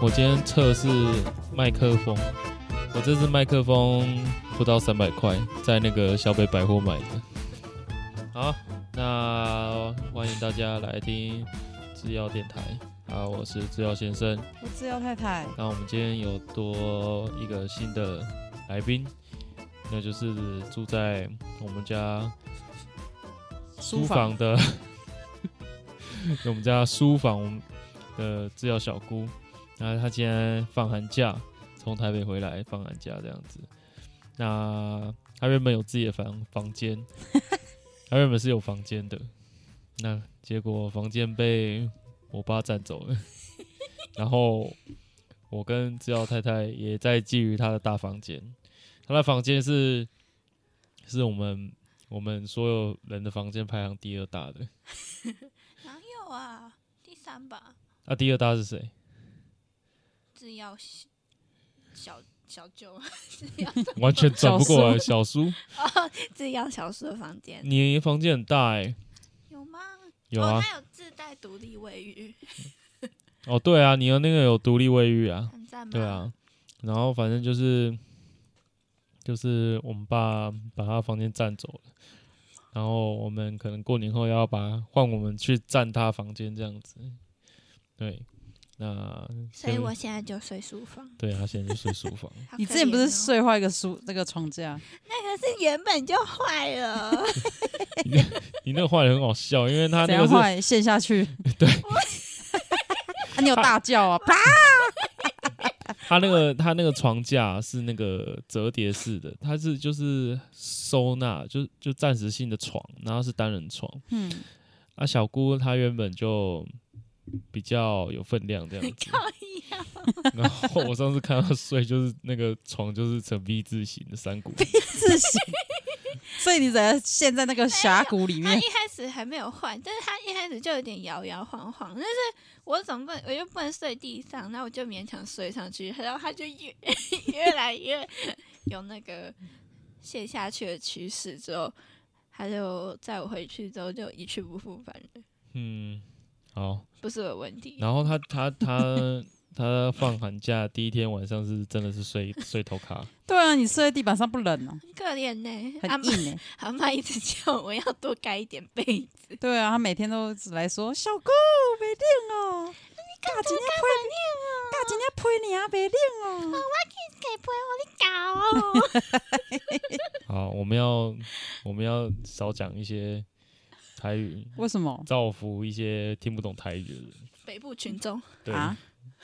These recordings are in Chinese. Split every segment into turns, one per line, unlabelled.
我今天测试麦克风，我这支麦克风不到三百块，在那个小北百货买的。好，那欢迎大家来听制药电台。啊，我是制药先生。
我制药太太，
那我们今天有多一个新的来宾，那就是住在我们家书房的， 我们家书房的制药小姑。那她今天放寒假，从台北回来放寒假这样子。那她原本有自己的房房间，她原本是有房间的，那结果房间被我爸占走了。然后我跟制药太太也在觊觎她的大房间，她的房间是是我们我们所有人的房间排行第二大的。
哪有啊？第三吧，
那、啊第二大是 谁？
制药小小小舅，
完全转不过来。小苏，
哦制药小叔的房间
你房间很大哎、
有吗？
有啊
哦，，他有自带独立卫浴，
哦对啊，你的那个有独立卫浴啊，
很赞吗？
对，啊，然后反正就是就是我们爸把他房间占走了，然后我们可能过年后要把换我们去占他房间这样子，对，那
所以我现在就睡书房。
对他现在就睡书房，
好
你
可
之前不
怜
是
哦
睡坏一个书那个床架？
那个是原本就坏了，
你那个坏人很好笑，因为他
怎
那个
样
是
坏陷下 去？对，啊，你有大叫啊！ 啪！
他那个他那个床架是那个折叠式的，它是就是收纳，就就暂时性的床，然后是单人床。
嗯，
啊，小姑她原本就比较有分量这样 子，
靠腰，
然后我上次看她睡就是那个床就是呈 V 字形的 山谷，
自省。所以你怎样陷在那个峡谷里
他
面
一？开始还没有换，但是他一开始就有点摇摇晃晃，但是我总不能，我就不能睡地上， 那我就勉强睡上去， 然后他就越越来越有那个陷下去的趋势，之后他就载我回去之后就一去不复返了，
嗯，好，
不是我的问题。
然后她她她她放寒假第一天晚上是真的是睡睡头卡，
对啊，你睡在地板上不冷哦，
很可怜呢、阿
很
妈
硬欸
阿妈一直叫我要多盖一点 被子，
哎。对啊，他每天都来说小姑没练哦，大姐要陪
啊
你，大姐要陪你啊，没练哦。
给不会我的搞，
好，啊我们要我们要少讲一些台语，
为什么
造福一些听不懂台语的人。
北部群众。
对、
啊？，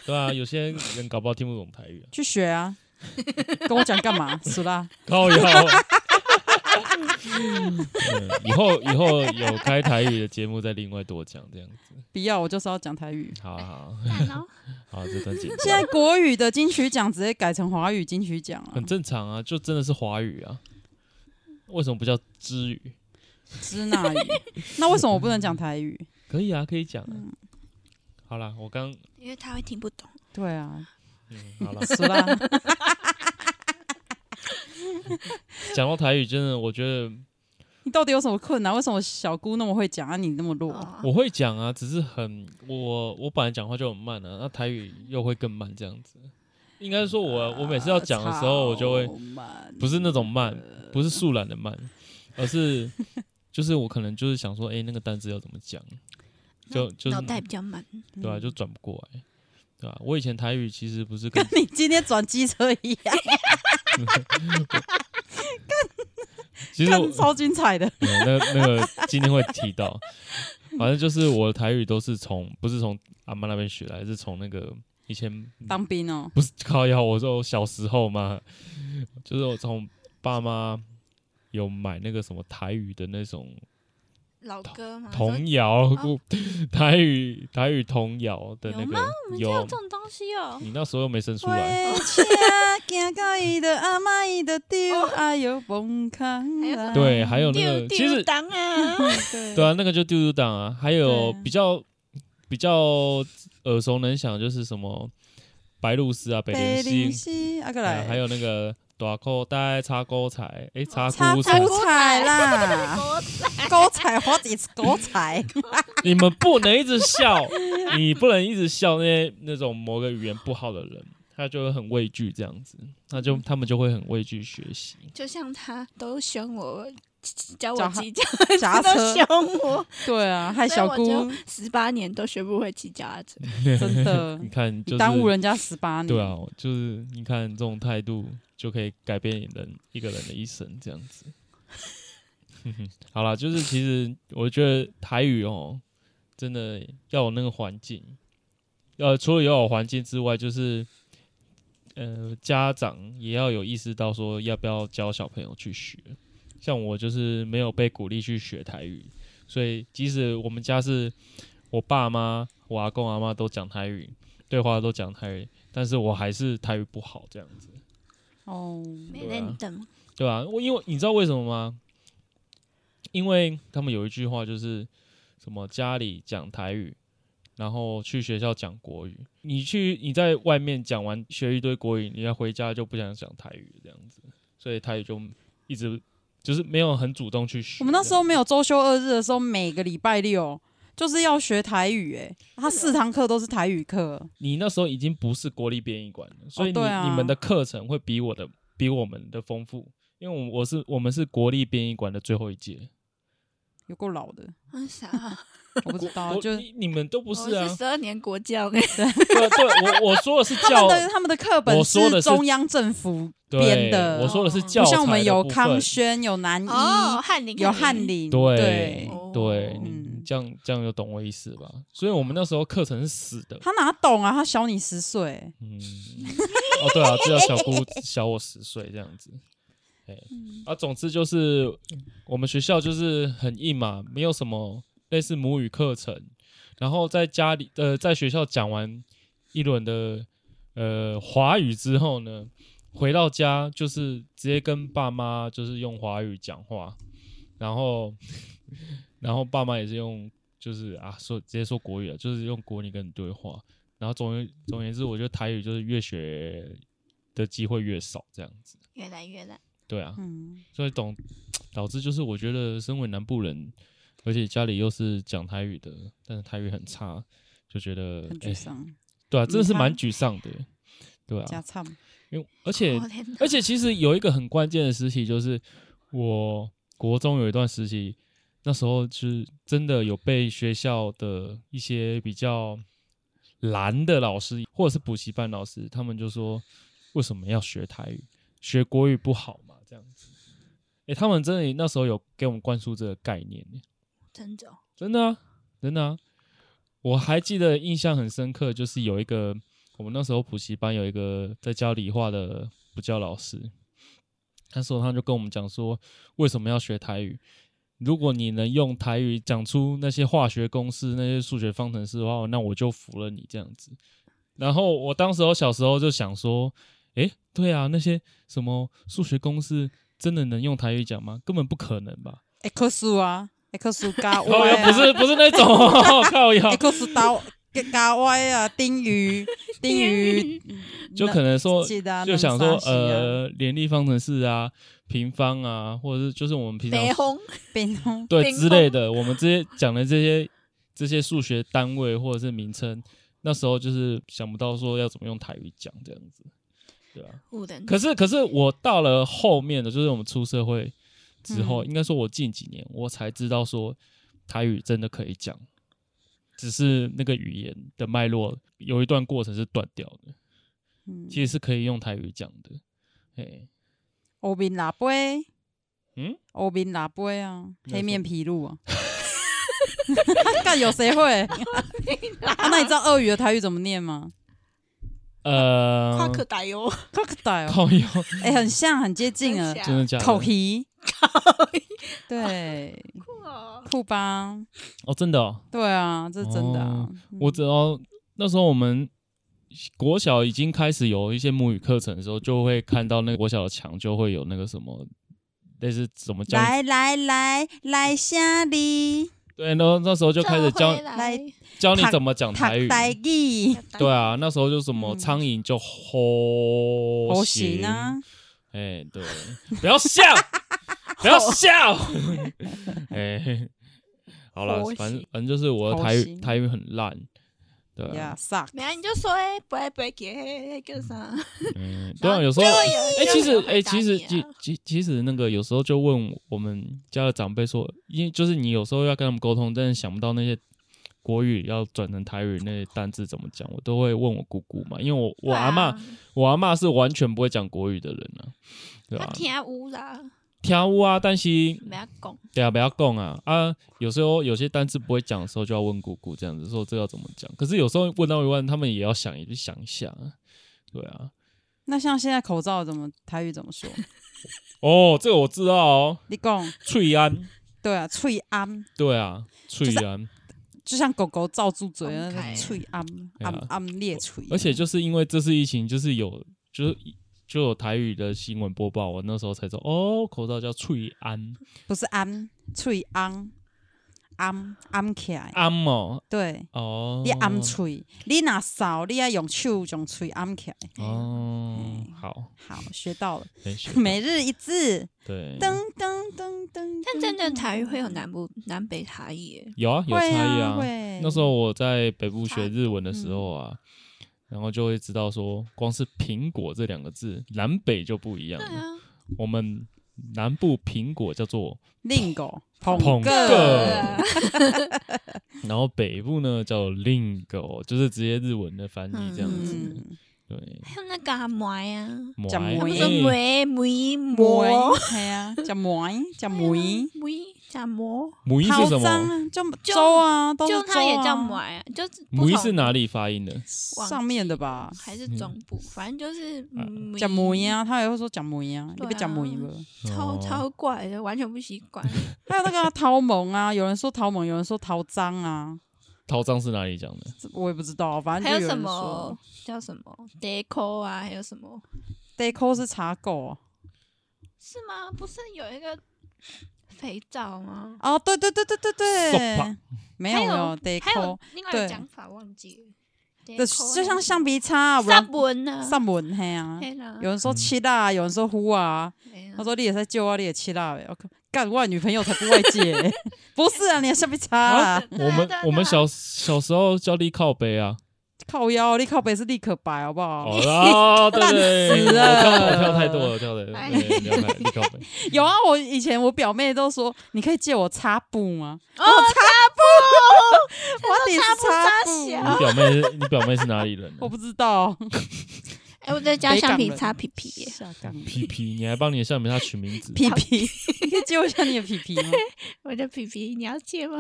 对啊，有些人搞不好听不懂台语、啊
去学啊！跟我讲干嘛？啊死啦！
靠腰。 嗯、以后以后有开台语的节目再另外多讲这样子。
不要，我就是要讲台语。
好好
赞哦，
好，啊这段剪
现在
辑
国语的金曲奖直接改成华语金曲奖啊
很，正常啊，就真的是华语啊。为什么不叫知语？
支那语。那为什么我不能讲台语？
可以啊，可以讲啊。
嗯
好啦，我刚
因为他会听不懂。
对啊，
嗯，好啦，
死啦！
讲到台语，真的我觉得
你到底有什么困难？为什么小姑那么会讲啊，你那么弱？
哦
我会讲啊，只是很我我本来讲话就很慢啊，那台语又会更慢这样子。应该说
啊
我我每次要讲的时候，我就会
超慢
不是那种慢，不是速懒的慢，而是 就是我可能就是想说，哎、那个单字要怎么讲，就就是嗯
脑袋比嗯较慢，
对吧、就转不过来，对吧、我以前台语其实不是 跟
你今天转机车一样，
其实我
看超精彩的。
嗯那那个今天会提到，反正就是我的台语都是从不是从阿妈那边学来，是从那个以前
当兵哦，
不是靠腰，我说我小时候嘛，就是我从爸妈有买那个什么台语的那种
老歌嘛，
童谣
啊哦，
台语台语童谣的那
有
个
吗我们家有这种东西哦。
你那时候又没生出来，
回家行到伊的阿妈伊的丢，哎呦，崩坑啊啦！
对，还有那
丢
个其
丢
实
当啊，
对
对啊，那个就丢丢档啊，还有
对啊
比较比较耳熟能详就是什么白鹭鸶啊、北
北
林星，
林西，阿哥
啊
来，
还有那个大裤带插钩彩，诶，插
插
菇
菇
彩，
菜啦，
我
狗菜我只是狗菜，
你们不能一直笑，你不能一直笑那些那种某个语言不好的人，他就会很畏惧这样子，他就他们就会很畏惧学习。
就像他都凶我，教
脚
我
踏
骑脚
夹
踏车，
车，
凶我，
对啊，害
所以
小
我
姑
就十八年都学不会骑脚踏车。
真的
你看， 就
你
是
耽误人家十八年，
对啊，就是你看这种态度就可以改变人一个人的一生，这样子。 好啦，就是其实我觉得台语哦，真的要有那个环境，呃，除了要有环境之外，就是呃，家长也要有意识到说要不要教小朋友去学。像我就是没有被鼓励去学台语，所以即使我们家是我爸妈、我阿公阿妈都讲台语，对话都讲台语，但是我还是台语不好这样子，
哦，
没认真，
对吧、我因为你知道为什么吗？因为他们有一句话就是什么家里讲台语，然后去学校讲国语。你去你在外面讲完学一堆国语，你要回家就不想讲台语这样子，所以台语就一直就是没有很主动去学。
我们那时候没有周休二日的时候，每个礼拜六就是要学台语、欸，哎，他四堂课都是台语课，
你那时候已经不是国立编译馆了，所以你、
对啊
你们的课程会比我的比我们的丰富，因为我我是我们是国立编译馆的最后一届，
有够老的，
很傻啊。
我不知道，
我
就哦
你你们都不是
我
啊
是，十二年国教，我跟你说
对对，我我说的是
他
教
们的他们的课
我
本
说的是
中央政府编
对
的，
我说的是
哦
教材的
不像我们有
部分
康轩、有南一、
哦，翰林
嗯有翰，林，
对
对
哦
对，你
嗯
你这样这样就懂我意思吧？所以我们那时候课程是死的，
他哪懂啊？他小你十岁，
嗯， 哦对啊，只有小姑小我十岁这样子。哎，
嗯
啊，总之就是我们学校就是很硬嘛，没有什么类似母语课程，然后在家里呃在学校讲完一轮的呃华语之后呢，回到家就是直接跟爸妈就是用华语讲话，然后 然后爸妈也是用就是啊说直接说国语啊，就是用国语跟你对话，然后总而总而言之，我觉得台语就是越学的机会越少这样子，
越来越烂。
对啊，
嗯，
所以懂导致就是我觉得身为南部人，而且家里又是讲台语的，但是台语很差，就觉得
很
哎
沮丧，
对啊，真的是
嗯
蛮
他
沮丧的，对
加
啊，
唱
因为而且
我哦 天哪
而且其实有一个很关键的时期，就是我国中有一段时期，那时候是真的有被学校的一些比较蓝的老师，或者是补习班老师，他们就说为什么要学台语，学国语不好嘛？这样子，诶，他们真的那时候有给我们灌输这个概念，
真的哦，
真的啊，真的啊。我还记得印象很深刻，就是有一个我们那时候补习班有一个在教理化的补教老师，那时候他就跟我们讲说，为什么要学台语？如果你能用台语讲出那些化学公式、那些数学方程式的话，那我就服了你这样子。然后我当时候小时候就想说，诶，对啊，那些什么数学公式真的能用台语讲吗？根本不可能吧？
一棵树啊，一棵树 嘎
哦，
歪啊，
不是不是那种， 靠腰
哎
一，棵树刀嘎歪啊，丁鱼丁鱼，
就可能说
记得啊
就想说
两三，十啊
呃，联立方程式啊、平方啊，或者是就是我们平
北
常
红
变通
对
平
之类的，我们这些讲的这些这些数学单位或者是名称，那时候就是想不到说要怎么用台语讲这样子，对啊。
五人，
可是可是我到了后面的，就是我们出社会之后，
嗯
应该说我近几年我才知道说台语真的可以讲，只是那个语言的脉络有一段过程是断掉的。
嗯
其实是可以用台语讲的。哎，
欧宾拉杯，
嗯，
欧宾拉杯啊，
没有
黑面琵鹭啊， 干有谁 会？啊，那你知道鳄鱼的台语怎么念吗
呃，
夸克打油，
？crocodile，
靠 腰，
哎，很像，很接近了
真。假
真的假的？
口皮，对，
哇
酷吧？
哦，真的哦，
对啊，这是真的啊。
我只要那时候我们。国小已经开始有一些母语课程的时候，就会看到那个国小的墙就会有那个什么，类似怎么教你，
来来来来，虾里
对，然后那时候就开始教
照回来
来
教你怎么讲台语啊
读，台语，
对啊，那时候就什么
嗯
嗯苍蝇就吼
行啊，
哎，对，不要笑，不要笑，哎，好了
佛，系
反正反正就是我的台
佛系
语台语很烂，对啊，
呀，suck，
没啊，你就说哎，不爱不爱给个啥？
嗯，对
然
啊，
后
有时候，
就会有
哎，其
就会
实
有，人
哎，
打
其实
你啊
其其其实那个有时候就问我们家的长辈说，因为就是你有时候要跟他们沟通，真的想不到那些国语要转成台语那些单字怎么讲，我都会问我姑姑嘛，因为我我阿嬷
对啊，
我阿嬷是完全不会讲国语的人啊，对吧、
他听乌啦，
听有啊，但是
没啊讲，
对啊，不要供啊啊！有时候有些单词不会讲的时候，就要问姑姑这样子说这要怎么讲。可是有时候问到一半，他们也要想一想一下啊，对啊。
那像现在口罩怎么台语怎 么说？
哦，这个我知道哦，
你讲
翠安，
对啊，脆安
对啊，翠安，
就像狗狗罩住嘴那
公开
个脆安
对啊
安安裂脆，
而且就是因为这次疫情，就是有就是就有台语的新闻播报，我那时候才知道哦，口罩叫翠安
不是安脆安安安起来，
安哦
对，
哦，
你安脆，你拿扫，你要用手用嘴安起来。
哦，好，
好，学到了，
没事，
每日一字，
对，
噔噔噔噔。
但真正台语会有南部南北差异耶，
有啊，有差
会
异
啊，会。嗯
那时候我在北部学
差
日文的时候啊，然后就会知道说，光是苹果这两个字，南北就不一样
对
了。
啊，
我们南部苹果叫做，
另狗捧
捧
个，
啊
然后北部呢叫 lingo，就是直接日文的翻译这样子。
嗯，
对，
还有那个阿梅啊，
摩
讲
埃
他
摩
们
耶
说
哎
梅
梅
梅魔，，
系啊，叫梅，叫梅，
梅叫魔，
母一是什
好脏
么？
啊，叫粥啊，都是
就它
粥
也
啊
叫梅啊，就是不
母一是
同
哪里发音的？
忘
上面的吧？
还是中部，
嗯
反正就是梅
讲梅，啊，他也会说讲梅啊，你别讲梅 了。
超
哦
超怪的，完全不习惯。
还有那个啊桃蒙啊，有人说桃蒙，有人说桃脏啊，
陶张是哪里讲的？
这我也不知道，反正
还
就
有什
人
么
说
叫什么 deco 啊？还有什么
deco 是查狗啊
是吗？不是有一个肥皂吗？
哦，对对对对对
Sopa
对，没
还
有没
有
有
还有
deco，
另外一
对
个讲法忘记了，
就就像橡皮擦啊，有
上
人
文呢，
上文嘿啊，
嘿啦，
有人说七辣，有人说呼啊，
嘿啦
他说你也在救啊，你也七辣呗，我靠，干我的女朋友才不外借 欸，不是啊，你的橡皮擦啊，
对啊
我们
对啊
我们
对
小
啊
小时候叫立靠背啊。
靠腰，你靠北是立刻白好不好？
哦啦，对对，我
烂死了
跳我跳太多了，我跳的
哎
对，立靠背，立靠背。
有啊，我以前我表妹都说，你可以借我擦布吗？
哦，擦
我底是
擦不
布，
擦小？
你表妹是，你表妹是哪里人、
我
啊？
不知道，
哎，我在家
北港
橡皮
人
擦屁屁耶，
下岗
皮皮，你还帮你的橡皮擦取名字？
屁屁，你可以借我一下你的屁屁 吗？
我的屁屁，你要借吗？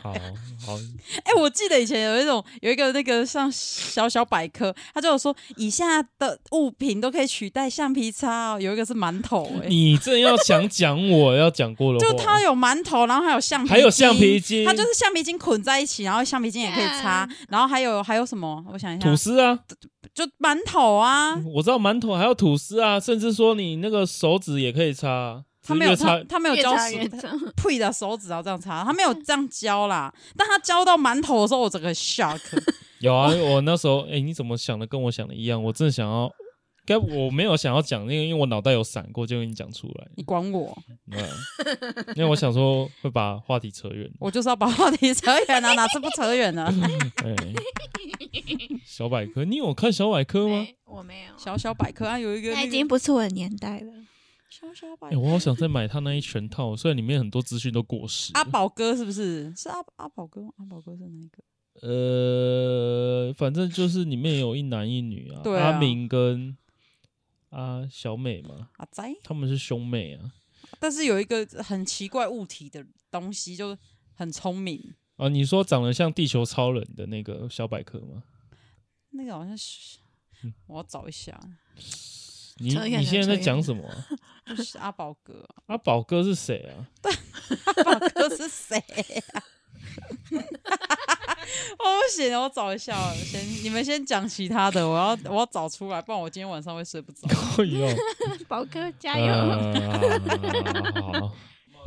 好好，
哎、我记得以前有一种有一个那个像小小百科，他就有说以下的物品都可以取代橡皮擦、哦，有一个是馒头、哎，
你真要想讲我要讲过的话，
就它有馒头，然后还有橡皮，
哦还有橡皮，筋，
它就是橡皮筋捆在一起，然后橡皮筋也可以擦，然后还有还有什么？我想一
吐
下，
司啊，
就馒头啊，
我知道馒头还有吐司啊，甚至说你那个手指也可以擦，
他没有
只是越
他他没有
越
教
擦越
手
脏，
呸的手指要这样擦，他没有这样教啦。但他教到馒头的时候，我整 个 shock，
有啊，我那时候哎、你怎么想的跟我想的一样？我真的想要。该我没有想要讲那个，因为我脑袋有闪过，就跟你讲出来。
你管我？
对， 因为我想说会把话题扯远。
我就是要把话题扯远啊，哪次不扯远了？
哎，小百科，你有看小百科 吗？
没 我没有，
小小百科啊，有一个、那
那
个、
已经不是我的年代了。
小小百
哎、我好想再买他那一全套，虽然里面很多资讯都过时。
阿宝哥是不是？是阿阿宝哥吗？阿宝哥是哪一个？
呃，反正就是里面有一男一女啊，
对啊
阿明跟阿小美嘛，
阿仔，
他们是兄妹啊。
但是有一个很奇怪物体的东西，就很聪明。
啊，你说长得像地球超人的那个小百科吗？
那个好像是， 我要找一下，
你
扯远
你
了
现在在
扯远
讲
了
什 么、啊？
就是阿宝哥啊。
阿宝哥是谁啊？
阿宝哥是谁、啊？ 哦，不行，我找一下哦，先你们先讲其他的，我要我要找出来，不然我今天晚上会睡不着。
哎呦，
宝哥加
哎
油！
呃好，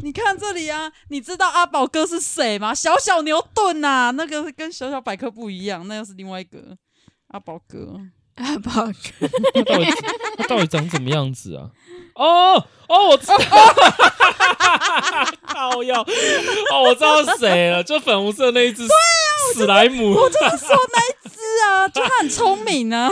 你看这里啊，你知道阿宝哥是谁吗？小小牛顿呐、啊，那个跟小小百科不一样，那又是另外一个阿宝哥。
啊，不好看。
它到底它到底长什么样子啊？哦哦，我知道， 靠药哦，我知道是谁了，就粉红色那一只史莱姆。
啊我就是说那一只啊，就他很聪明啊。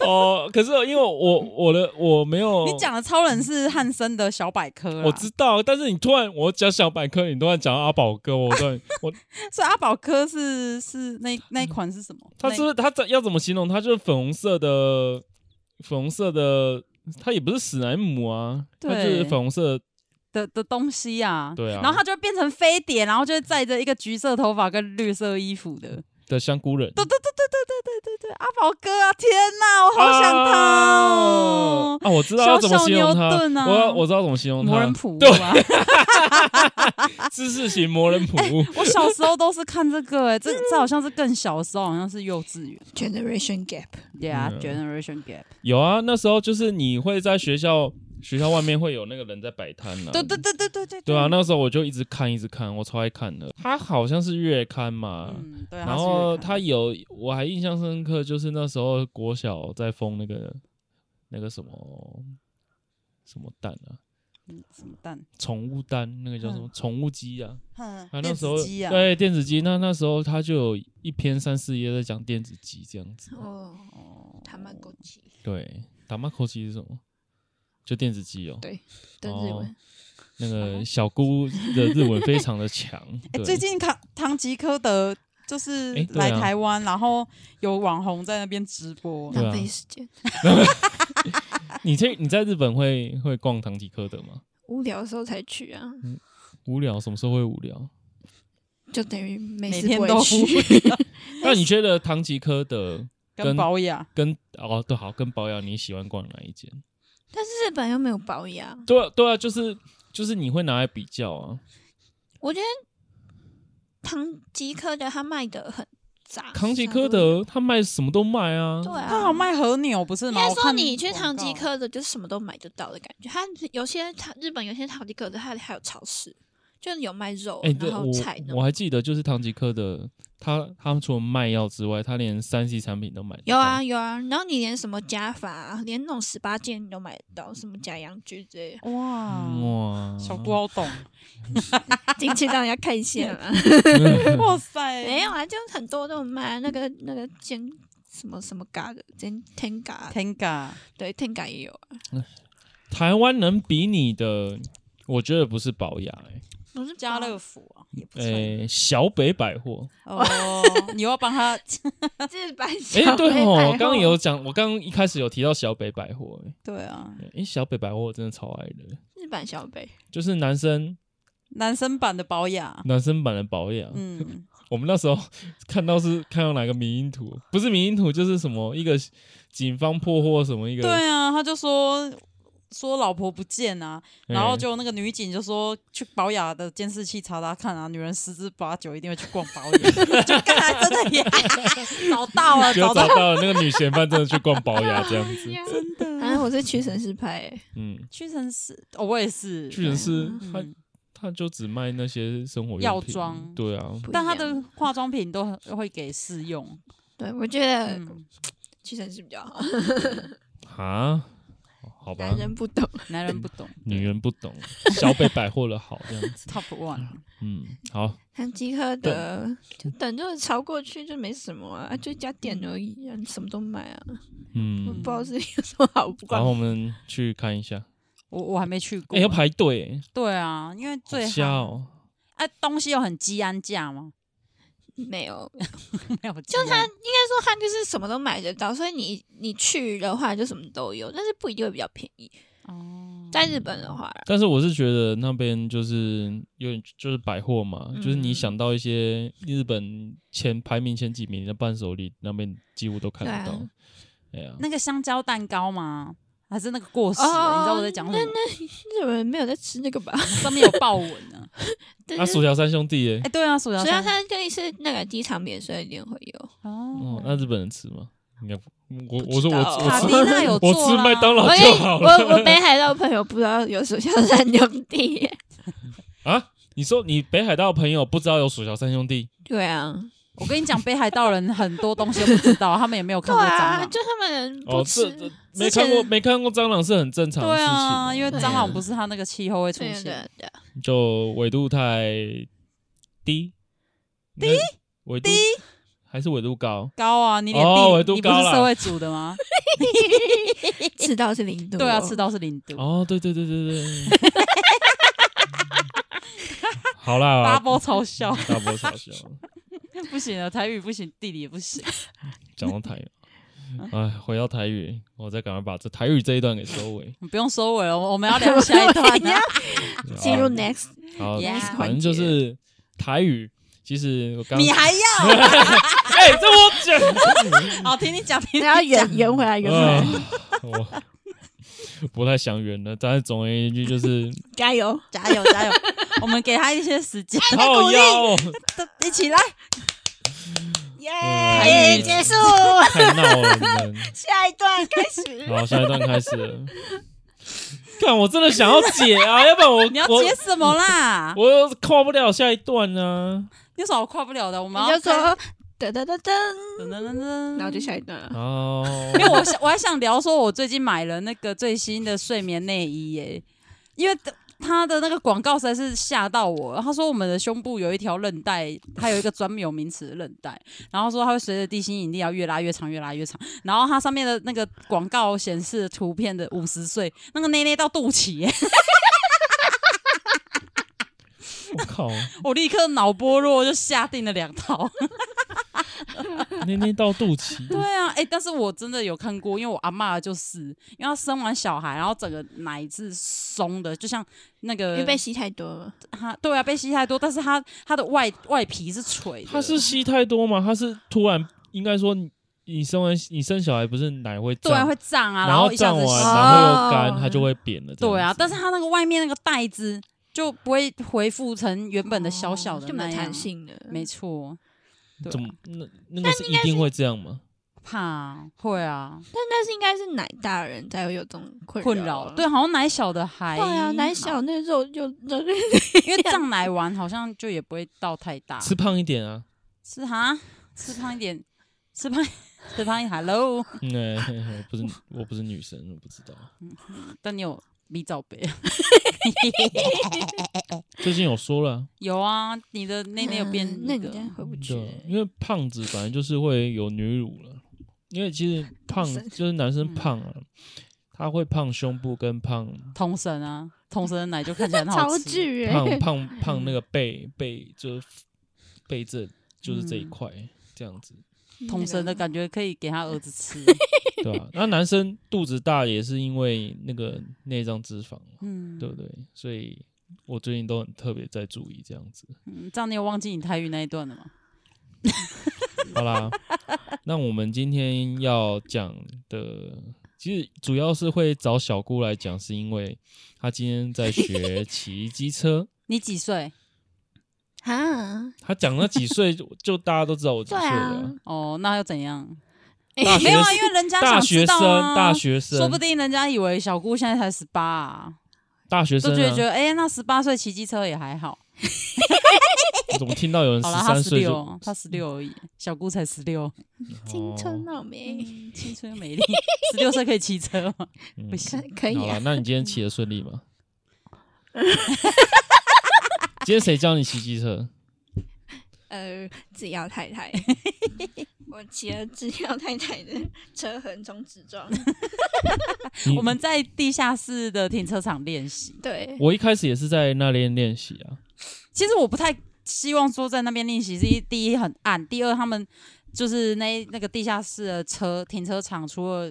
哦，可是因为我我的我没有
你讲的啊超人是汉森的小百科啦，
哦嗯我知道，但是你突然我讲小百科，你突然讲到阿宝哥，我突然我
所以阿宝科是是那那一款是什么？
他是不是他怎要怎么形容？他就是粉红色的，粉红色的，他也不是史莱姆啊，他
对
就是粉红色的，
那的的东西啊？
对啊
然后他就会变成飞碟，然后就会载着一个橘色头发跟绿色衣服的。
的香菇人。
对对对对对对对对对，阿宝哥啊！天哪，我好想他哦
啊！啊我知道要怎么形容
小小牛顿
他，
啊
我要我知道怎么形容
魔人
他，
普
对
渡啊！
知识型魔人 普物。
我小时候都是看这个、欸，这这好像是更小的时候，好像是幼稚园。
Generation Gap，
嗯
Yeah, generation gap。
有啊，那时候就是你会在学校学校外面会有那个人在摆摊呢。
对对对对对对。
嗯对啊，那时候我就一直看，一直看，我超爱看的。他好像是月刊嘛，
嗯，对。
然
是
后
越看
他有，我还印象深刻，就是那时候国小在封那个那个什么什么蛋啊，
嗯什么蛋？
宠物蛋，那个叫什么宠、物鸡啊。
哼
啊，那
嗯电
时候
子鸡啊，
对电子鸡，那那时候他就有一篇三四页在讲电子鸡这样子。
哦，
哦
他妈狗鸡，
对，打马口鸡是什么？就电子鸡哦，
对，但是
哦那个小姑的日文非常的 强。
哎，
对
最近唐唐吉诃德就是
哎对
来
啊
台湾，然后有网红在那边直播。
对啊
浪费时间，
你在你在日本会会逛唐吉诃德吗？
无聊的时候才去啊，
嗯
无聊，什么时候会无聊？
就等于每
每
次
天
不
都
会去。
那你觉得唐吉诃德
跟
跟
保雅，
跟哦对好跟保养你喜欢逛哪一间？
但是日本又没有保养，
对啊对啊，就是就是你会拿来比较啊。
我觉得唐吉诃德他卖的很杂，
唐吉
啥都
诃
有，
德他卖什么都卖啊，
对啊，
他好。卖和牛不是
应
吗？
该
我
说
看
你去唐吉
广告，
诃德就是什么都买得到的感觉。它有些唐日本有些唐吉诃德，它还有超市，就是有卖肉，
哎、对
然后
我
菜那
我
种。
还记得，就是唐吉诃德，他他们除了卖药之外，他连三 C 产品都买得
有啊
到，
有啊，然后你连什么假发、啊，连那种十八件你都买得到，什么假洋芋之类的啊
哇，
哇，
小郭好 懂，
进去让人家看一下 嘛。
哇塞，
没有啊，就很多都有卖那个那个煎什么什么嘎的煎天嘎，
Tenga
对天嘎也有啊，
台湾能比拟的，我觉得不是宝雅、欸，
不是
家乐
包
福啊，也不
哎、
错。
小北百货，
哦，你要帮 他
日本
哎、
小
对
黑
哦，
白
我刚刚
货
有讲，我刚刚一开始有提到小北百货、欸，
对啊，
哎、小北百货我真的超爱的，
日版小北，
就是男生
男生版的保雅，
男生版的保养。
嗯，
我们那时候看到是看到哪个迷因图，不是迷因图就是什么一个警方破获什么一个，
对啊，他就说说老婆不见啊，
哎
然后就那个女警就说去保雅的监视器查查看啊，女人十之八九一定会去逛保雅， 就刚才真的也 找到了，
就找
找到
到了那个女嫌犯，真的去逛保雅哎这样 子。
哎真的
反正我是屈臣氏派、欸，
嗯，
屈臣氏，哦我也是，
屈臣氏
嗯
他他就只卖那些生活用
药
品
妆
对啊，
不一
但他
样
的化妆品都很会给试用，
对我觉得
嗯，
屈臣氏比较好，
啊，好吧
男，人不懂。
男人 不懂
女人不懂，小北百货的好这样子。
，Top One，
嗯，好，
唐吉诃德就等就是朝过去就没什么啊，就一家店而已啊，你什么都买啊，我
嗯哦
不知，道是有什么好不
然后
管。
我们去看一下，
我我还没去过
哎，，要排队，
对啊，因为
好
最
瞎
好
哦。
哎、东西又很鸡安价吗？
没有，应 该
没有，就它
说它就是什么都买得到，所以你你去的话就什么都有，但是不一定会比较便宜。
嗯
哦，
在日本的话啦，
但是我是觉得那边就是有点就是百货嘛，就是你
嗯
想到一些日本前排名前几名的伴手礼，那边几乎都看得
对
到
啊。
哎呀，
那个香蕉蛋糕吗？还是那个过时的？
哦
你知道我在讲什么？
日本人没有在吃那个吧？
上面有豹纹呢、啊。
对
啊，
对
薯条三兄弟耶
哎、，对啊，薯条
所以
香
它这里是那个机场免税店会有，
哦
哦，，
那日本人吃吗？应该不，我
不
我说
知
我
道
吃
卡
我
迪
吃
娜有
我
做
吃
啦
麦当劳
我
就好了。
我我北海道的朋友不知道有薯条三兄弟。
啊，你说你北海道的朋友不知道有薯条三兄弟
对啊，
我跟你讲，北海道人很多东西都不知道，他们也没有看
对
过蟑螂
啊，。就他们人不
哦，
吃，
这这没看过
前
没看过蟑螂是很正常的
对
事情啊、
啊，因为
对
蟑螂
啊
不是它那个气候会出
对对
现。
对，
就纬度太低，低纬度低还是纬度高？
高啊，你脸
哦纬
地，
度
你不是
高啦
社会组的 吗？
吃到是零度哦，
对啊，赤道是零度。
哦，对对对对对。好啊啦，
Double 嘲 笑，
大波哦嘲笑，
不行了，台语不行，地理也不行。
讲到台语，哎，回到台语，我再赶快把这台语这一段给收 尾，
不用收尾了， 我我们要聊下一段啊了。嗯
进入
好
next
好，
Yeah
反正就是台语。其实我刚，
你还要？
哎，这我讲，
好，听你讲，听
然后
你讲。
圆圆回来，圆回来，
嗯
啊我 不太想圆了，但是总而言之就是，
加油！
加油加油！ 哎我们给他一些时间，
好腰哦，
一起来。嗯
耶、
哎
结束，
太闹了，你们。
下一段开始。
好，下一段开始了。看，我真的想要解 啊，要不然我
你要
我
接什么啦？
我又跨不了下一段呢、
你有什么跨不了的？我们
你
要
就说噔噔噔噔，
噔噔噔噔，
然后就下一段了。
哦，
因为我想我还想聊说，我最近买了那个最新的睡眠内衣耶、因为它的那个广告实在是吓到我。他说我们的胸部有一条韧带，它有一个专有名词的韧带，然后说它会随着地心引力要越拉越长，越拉越长。然后它上面的那个广告显示的图片的五十岁，那个内内到肚脐耶、
我 靠，
我立刻脑波弱就下定了两套。
捏捏到肚脐，
对啊，哎、但是我真的有看过，因为我阿嬷就是，因为她生完小孩，然后整个奶是松的，就像那
因
个
为被吸太多了，
她对啊被吸太多，但是她她的外外皮是垂的，
他是吸太多吗？他是突然应该说你你生完你生小孩不是奶会
对啊
胀
会胀啊，
然
后一下
胀
子
完
吸
哦
然后又干，它就会扁了。这样
对啊，
子
但是她那个外面那个带子就不会恢复成原本的小小的
哦就没
那
有
样，
弹性了。
没错，对
怎么
啊、
那那个是一定会这样吗？
怕啊会啊
但但是应该是奶大人才会有这种困
困
扰
扰，
啊。
对，哎好像奶小的还
对啊，奶
好，
小那肉就那个
因为胀奶完好像就也不会到太大，
吃胖一点啊，
吃哈，吃胖一点，吃胖， 吃胖一点。Hello，
嗯，嘿嘿不是我不是女生，我不知道。
但你有米罩杯？
最近有说了啊、
有啊，你的内内有变、
嗯那
那
你
个
这样回不去
对啊，因为胖子本来就是会有女乳了，因为其实胖
男生嗯
就是男生胖啊，他会胖胸部跟 胖
童神啊，童神的奶就看起来很好
超
吃。
巨
胖
哎，
胖胖那个背背就是背这就是这一
嗯
块这样子，
童神的
那个
感觉可以给他儿子 吃，
对吧、 那男生肚子大也是因为那个内脏脂肪，
嗯，
对不对？所以我最近都很特别在注意这样子。
嗯，这样你有忘记你台语那一段了吗？
好啦，那我们今天要讲的，其实主要是会找小姑来讲，是因为她今天在学 骑机车。
你几岁？
啊，
她讲了几岁，就就大家都知道我几岁
对
了
啊
啊。，
哦，那又怎样？
大学
没有啊，因为人家
大
想
学
知道
生，
啊，
大学生，
说不定人家以为小姑现在才十八、啊，
大学生、
就觉得觉
啊。
得哎、那十八岁骑机车也还好。
我怎么听到有人
好
十
了，他
三
十
岁就哦
六，他十六而已，小姑才十六，
青春
啊
哦
貌美，
青春美丽，十六岁可以骑车吗？
嗯
不
可
行，哎
可以
好
啊
了，，那你今天骑的顺利 吗？今天谁教你骑机车？
呃，制药太 太，我骑了制药太太的车横冲直 撞，
你
我们在地下室的停车场练习。
对，
我一开始也是在那边练习啊。
其实我不太希望说在那边练习，是一第一很暗，第二他们就是那那个地下室的车停车场，除了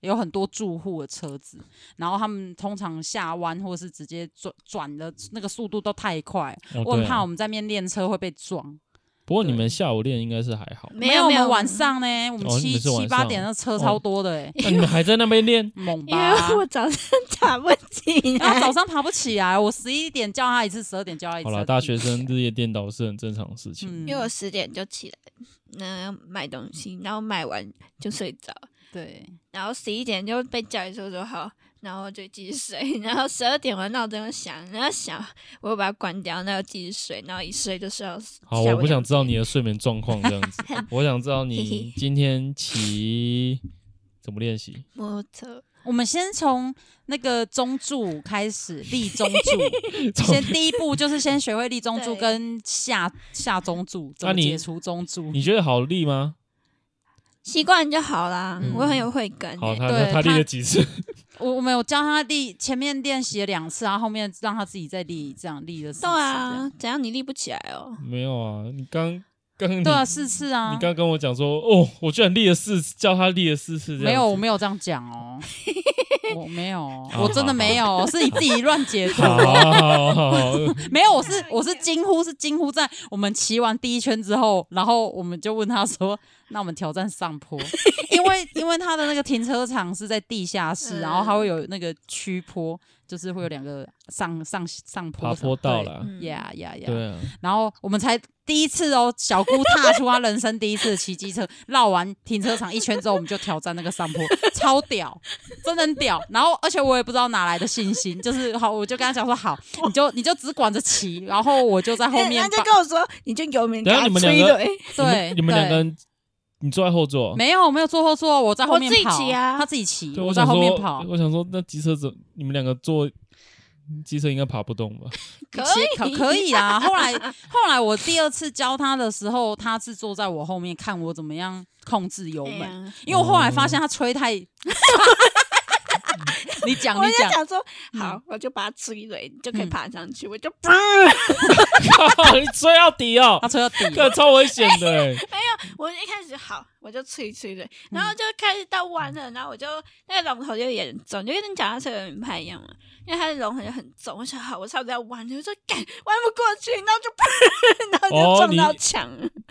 有很多住户的车子，然后他们通常下弯或是直接转转的那个速度都太快，
哦
我很
对啊
怕我们在面练车会被撞。
不过你
对
们下午练应该是还好，
没
有，
有
我
没有
们晚，上呢，我们
哦你
七
们是晚
七
上哦
八点那车超多的哎、？
那你们还在那边练
猛
因
吧？
为我早上打不 起
然后
来，
早上爬不起来，我十一点叫他一次，十二点叫他一
好
次。他
啦，
就
大学生日夜颠倒是很正常的事情。
嗯
因为我十点就起来，那买东西，然后买完就睡着，
对，
然后十一点就被叫一说说好，然后就继续睡，然后十二点我的闹钟就响，然后响我又把它关掉，然后继续睡，然后一睡就睡到
好，
下
我
午
不
两
想知道
点
你的睡眠状况这 样子，我想知道你今天骑怎么练习。
摩托，
我们先从那个中柱开始，立中 柱。 先第一步就是先学会立中柱
对
跟下下中柱，怎
那
么
你
解除中柱。
你觉得好力吗？
习惯就好啦，
嗯
我很有慧根、
好，
欸。
他
对
他立
他
了几次？
我我们有教他立，前面练习了两次，然后后面让他自己再立，这样立了四次。
对啊，，怎样你立不起来哦？
没有啊，你刚刚你
对啊，四次啊
嗯你。刚跟我讲说，哦，我居然立了四次，叫他立了四次，这样子
没有，我没有这样讲 哦，我没有，
好
我真的没有，是你自己乱解 读
好。好好好好，
没 有，我是我是惊呼，是惊呼在我们骑完第一圈之后，然后我们就问他说：“那我们挑战上坡，因为因为他的那个停车场是在地下室，
嗯
然后还会有那个曲坡，就是会有两个上上上坡
爬坡道啦，
嗯
呀呀呀！
对啊，
然后我们才第一次哦，小姑踏出她人生第一次骑机车，绕完停车场一圈之后，我们就挑战那个上坡，超 屌，真的很屌。然后而且我也不知道哪来的信心，就是好，我就跟他讲说好，你就你就只管着骑，然后我就在后 面
他就
帮
跟我说，你就有名给
等一下
他
你们
追
两个
对，
对
你们你们两个
对
人，你坐在后座，
没有没有坐后座，我在后面
我自己
跑，
骑啊
他自己骑，
对，
我在
想
后面
说
跑，
我想说，那机车怎你们两个坐机车应该爬不动吧？
可
骑可
以
可以 啦。后来后来我第二次教他的时候，他是坐在我后面看我怎么样控制油门。
哎呀
因为我后来发现他吹太， 你讲
我
你
就
讲，
想说，
嗯
好，我就把它追对，你就可以
嗯
爬上去，我就
靠你追到底哦
他，吹到底了，
这超危险的欸，
我一开始好，我就吹吹的，
嗯
然后就开始到弯了，然后我就那个龙头就有点重，就跟脚踏车有点不太一样嘛，因为它的龙头就很重。我想好，我差不多要弯了，我说干弯不过去，然后就砰， 然后
哦
就撞到
你
墙。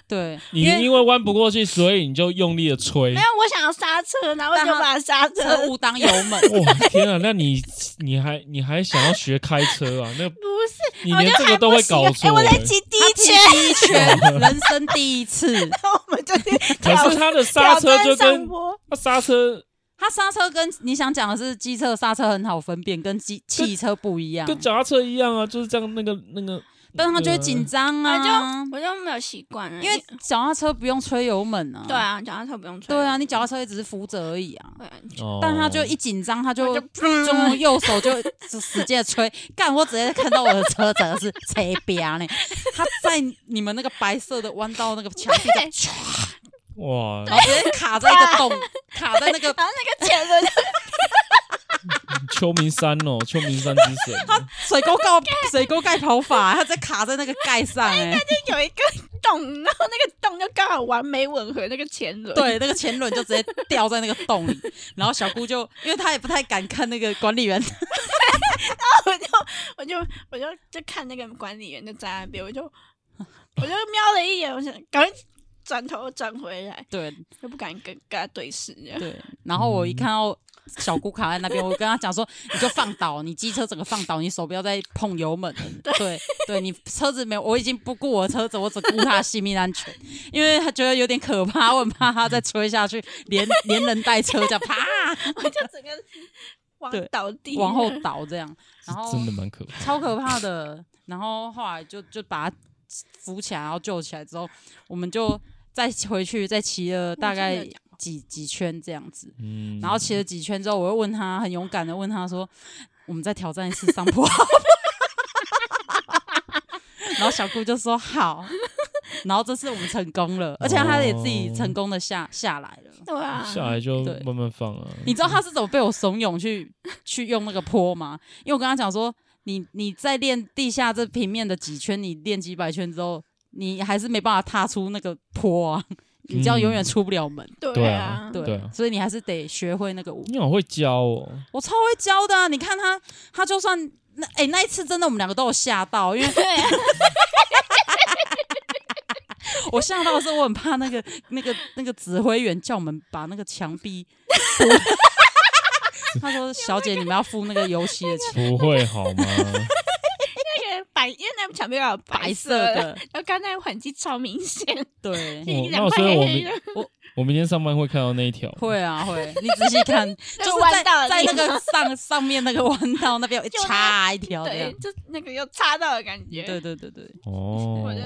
对，
你
因为
因为弯不过去，所以你就用力的吹
没。有，我想要刹车，然后我就
但它
把刹车
车误当油门，
哇，天啊！那你你还你还想要学开车啊？那
不是，
你
我就
连这
还
个都
不
会
行
搞
啊哎，
错
我
欸、
在骑第
他
一
踢
圈，
第一圈，人生第一 次，
然 后我们就去挑
可是他的刹
挑
车
战
就
上
跟
坡，
他刹车
他刹车跟你想讲的是机车刹车很好分辨，跟机汽车不一样，
跟脚踏车一样啊，就是这样那个那个。
但他就会
那个
紧张啊，
我就没有习惯了，
因为脚踏车不用吹油门啊，
对，啊，脚踏车不用吹，
对啊，你脚踏车也只是扶着而已啊，
对啊，
哦
但他就一紧张，他就
我就
就用右手就使劲地吹， 干！我直接看到我的车整个是吹边呢，他在你们那个白色的弯道那个墙壁上，
哇，
然后直接卡在一个 洞，卡在那个
然后那个前轮
秋名山哦，秋名山之 神，
水沟盖水沟盖跑法，他在卡在那个盖上哎，
有一个洞，然后那个洞就刚好完美吻合那个前轮。，
对，那个前轮就直接掉在那个洞里，然后小姑就因为她也不太敢看那个管理员，
我就我就我就就看那个管理员就站在那边，我就我就瞄了一眼，我想赶快转头转回来，
对
就不敢跟跟他对视这样。
对，然后我一看到。小姑卡在那边，我跟她讲说，你就放倒，你机车整个放倒，你手不要再碰油门了。对，对你车子没有，我已经不顾我的车子，我只顾他的性命安全，因为他觉得有点可怕，我很怕他再吹下去，连连人带车这样啪
我就整个
对
往倒地，
往后倒这样，然后
真的蛮可怕。
超可怕的。然后后来就就把他扶起来，然后救起来之后，我们就再回去，再骑了大
我
概
真的
几几圈这样子。
嗯，
然后骑了几圈之后，我又问他，很勇敢的问他说：“我们再挑战一次上坡。” 然后小顾就说：“好。”然后这次我们成功了，而且他也自己
哦
成功的下下来了。
对啊，
下来就
对
慢慢放啊。
你知道他是怎么被我怂恿去去用那个坡吗？因为我跟他讲说，你你在练地下这平面的几圈，你练几百圈之后，你还是没办法踏出那个坡啊，你这样永远出不了门。
对
对
啊
啊，
对，
嗯对啊
所以你还是得学会那个舞。
你好会教哦，
我超会教的啊！你看他，他就算那哎、那一次真的我们两个都有吓到，因为
对啊，
我吓到的时候我很怕那个那个那个指挥员叫我们把那个墙 壁。他说：“小姐，你们要付那个油漆的钱。”
不会好吗？
那个白，因为那墙壁有 白
白
色
色，的，哦
然后刚才痕迹超明显，
对
我
一两
那所以
块
我
黑
明
的
我明天上班会看到那一 条，
会啊会，你仔细看，就 是
那个
在
弯道的
在
地
那
方
个上上面那个弯道那边有一
就那
叉一条这样
对，。就那个又插到的感觉。
对对对对，
哦
我就，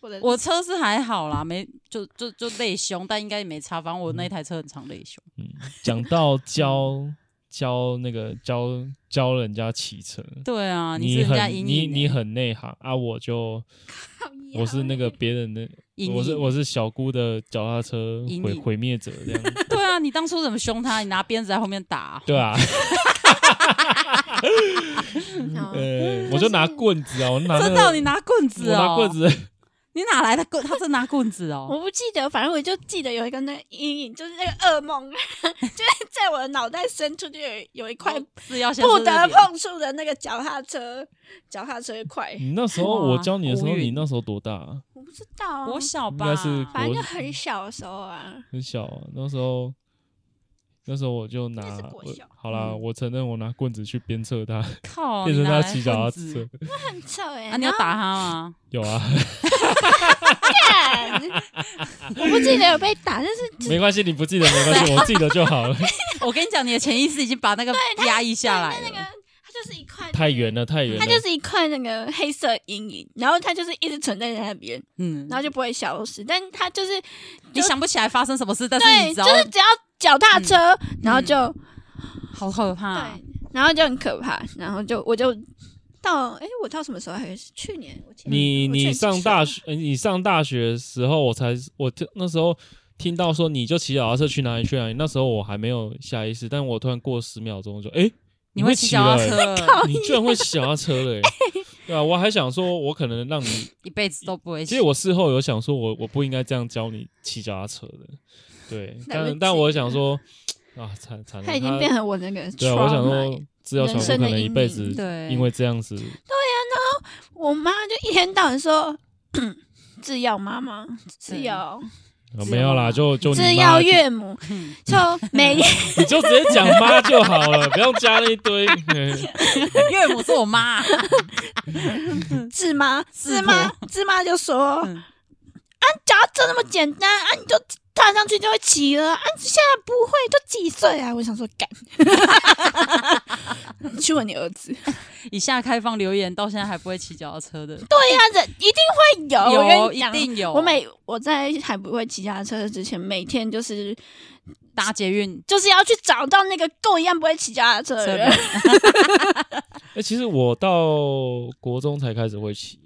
我的
我车是还好啦，没就就就内胸，但应该也没差。反正我
嗯
那一台车很常内胸。
讲到 教教那个教教人家骑车，
对啊，
你
是人家
很
阴
你
影欸，
你很内行啊，我就我是那个别人的，
阴
我是
影
我是小姑的脚踏车
阴
毁
影
毁灭者这样，
对啊，你当初怎么凶他？你拿鞭子在后面打 啊、
对 啊，
哦
呃，我就拿棍子啊，我拿那
真的哦、
个
你拿棍
我
子哦，
拿棍，子，
你哪来的棍？他真拿棍子哦，
我不记得，反正我就记得有一个那个阴影，就是那个噩梦， 就是在我的脑袋深处就有有一块
是要先
不
射
得
脸
碰触的那个脚踏车，脚踏车
嗯
块，
你那时候
哇
我教你的时候，
乌云
你那时候多大啊？
我不知道啊，
我小
应
吧，
该是
反正
我
就很小的时候啊，
很小啊，那时候。那时候我就拿
那是国
我
小
好啦，
嗯
我承认我拿棍子去鞭策他，
靠，
变成
你拿
他
来
骑脚踏
棍子
车。
很臭哎、
啊！你要打他吗？
有啊，
然后干我不记得有被打，但是
没关系，你不记得没关系，我记得就好了。
我跟你讲，你的潜意识已经把那个压抑下来
那个
了。
它就是一块，
太远了，太远了
它。就是一块那个黑色阴影，然后它就是一直存在在那边，
嗯，
然后就不会消失，但它就是
你想不起来发生什么事，但是嗯你
对，
只
就
要
是只要脚踏车，然后就、
好可怕
啊
对，，然后就很可怕，然后就我就到哎、我到什么时候还是去年？我前
你
嗯
我去年
你
几岁
上大学，呃你上大学的时候，我才我就那时候听到说你就骑脚踏车去哪里去哪里，那时候我还没有下意识，但我突然过十秒钟就哎、诶
你
会
会骑脚踏
了欸，
车，
你居然会骑脚踏车 了、欸，对啊，我还想说，我可能让你，
一辈子都不会骑。
其实我事后有想说我我不应该这样教你骑脚踏车的，对，
来不及
但但我想说啊，惨惨了，
他已经变成我那个
对啊，我想
trauma
说
耶。
资料传
人
播
生的
可能一
阴
辈
影
子
对
因为这样子
我妈就一天到晚说 制药妈妈、制药、
啊
只
没有
有
啦，
妈
就就你
制
妈
药岳母，
嗯
就每天
你就直接讲妈就好了，不用加那一堆。嗯
岳母是我妈，啊
治妈、
是
治妈、治妈就说：“啊
嗯
脚踏车那么简单啊，你就踏上去就会骑了啊！现在不会，都几岁啊？”我想说，干， 你去问你儿子。
以下开放留言，到现在还不会骑脚踏车的，
对呀、人一定会有，我
有
跟你
一
讲。
定有。
我每我在还不会骑脚踏车之前，每天就是
搭捷运
就是要去找到那个跟我一样不会骑脚踏车
车
的
门
人。
哎、其实我到国中才开始会骑，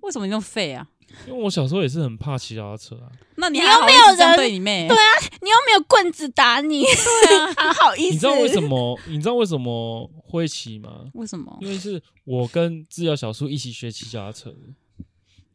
为什么你那么废啊？
因为我小时候也是很怕骑脚踏车啊。
那你
你
还
又
好
没
意思
有
这样
人
对你妹？
对 啊你又没有棍子打你，
对啊，
还 好意思？
你知道为什？么？你知道为什么会骑吗？
为什么？
因为是我跟治疗小叔一起学骑脚踏车的，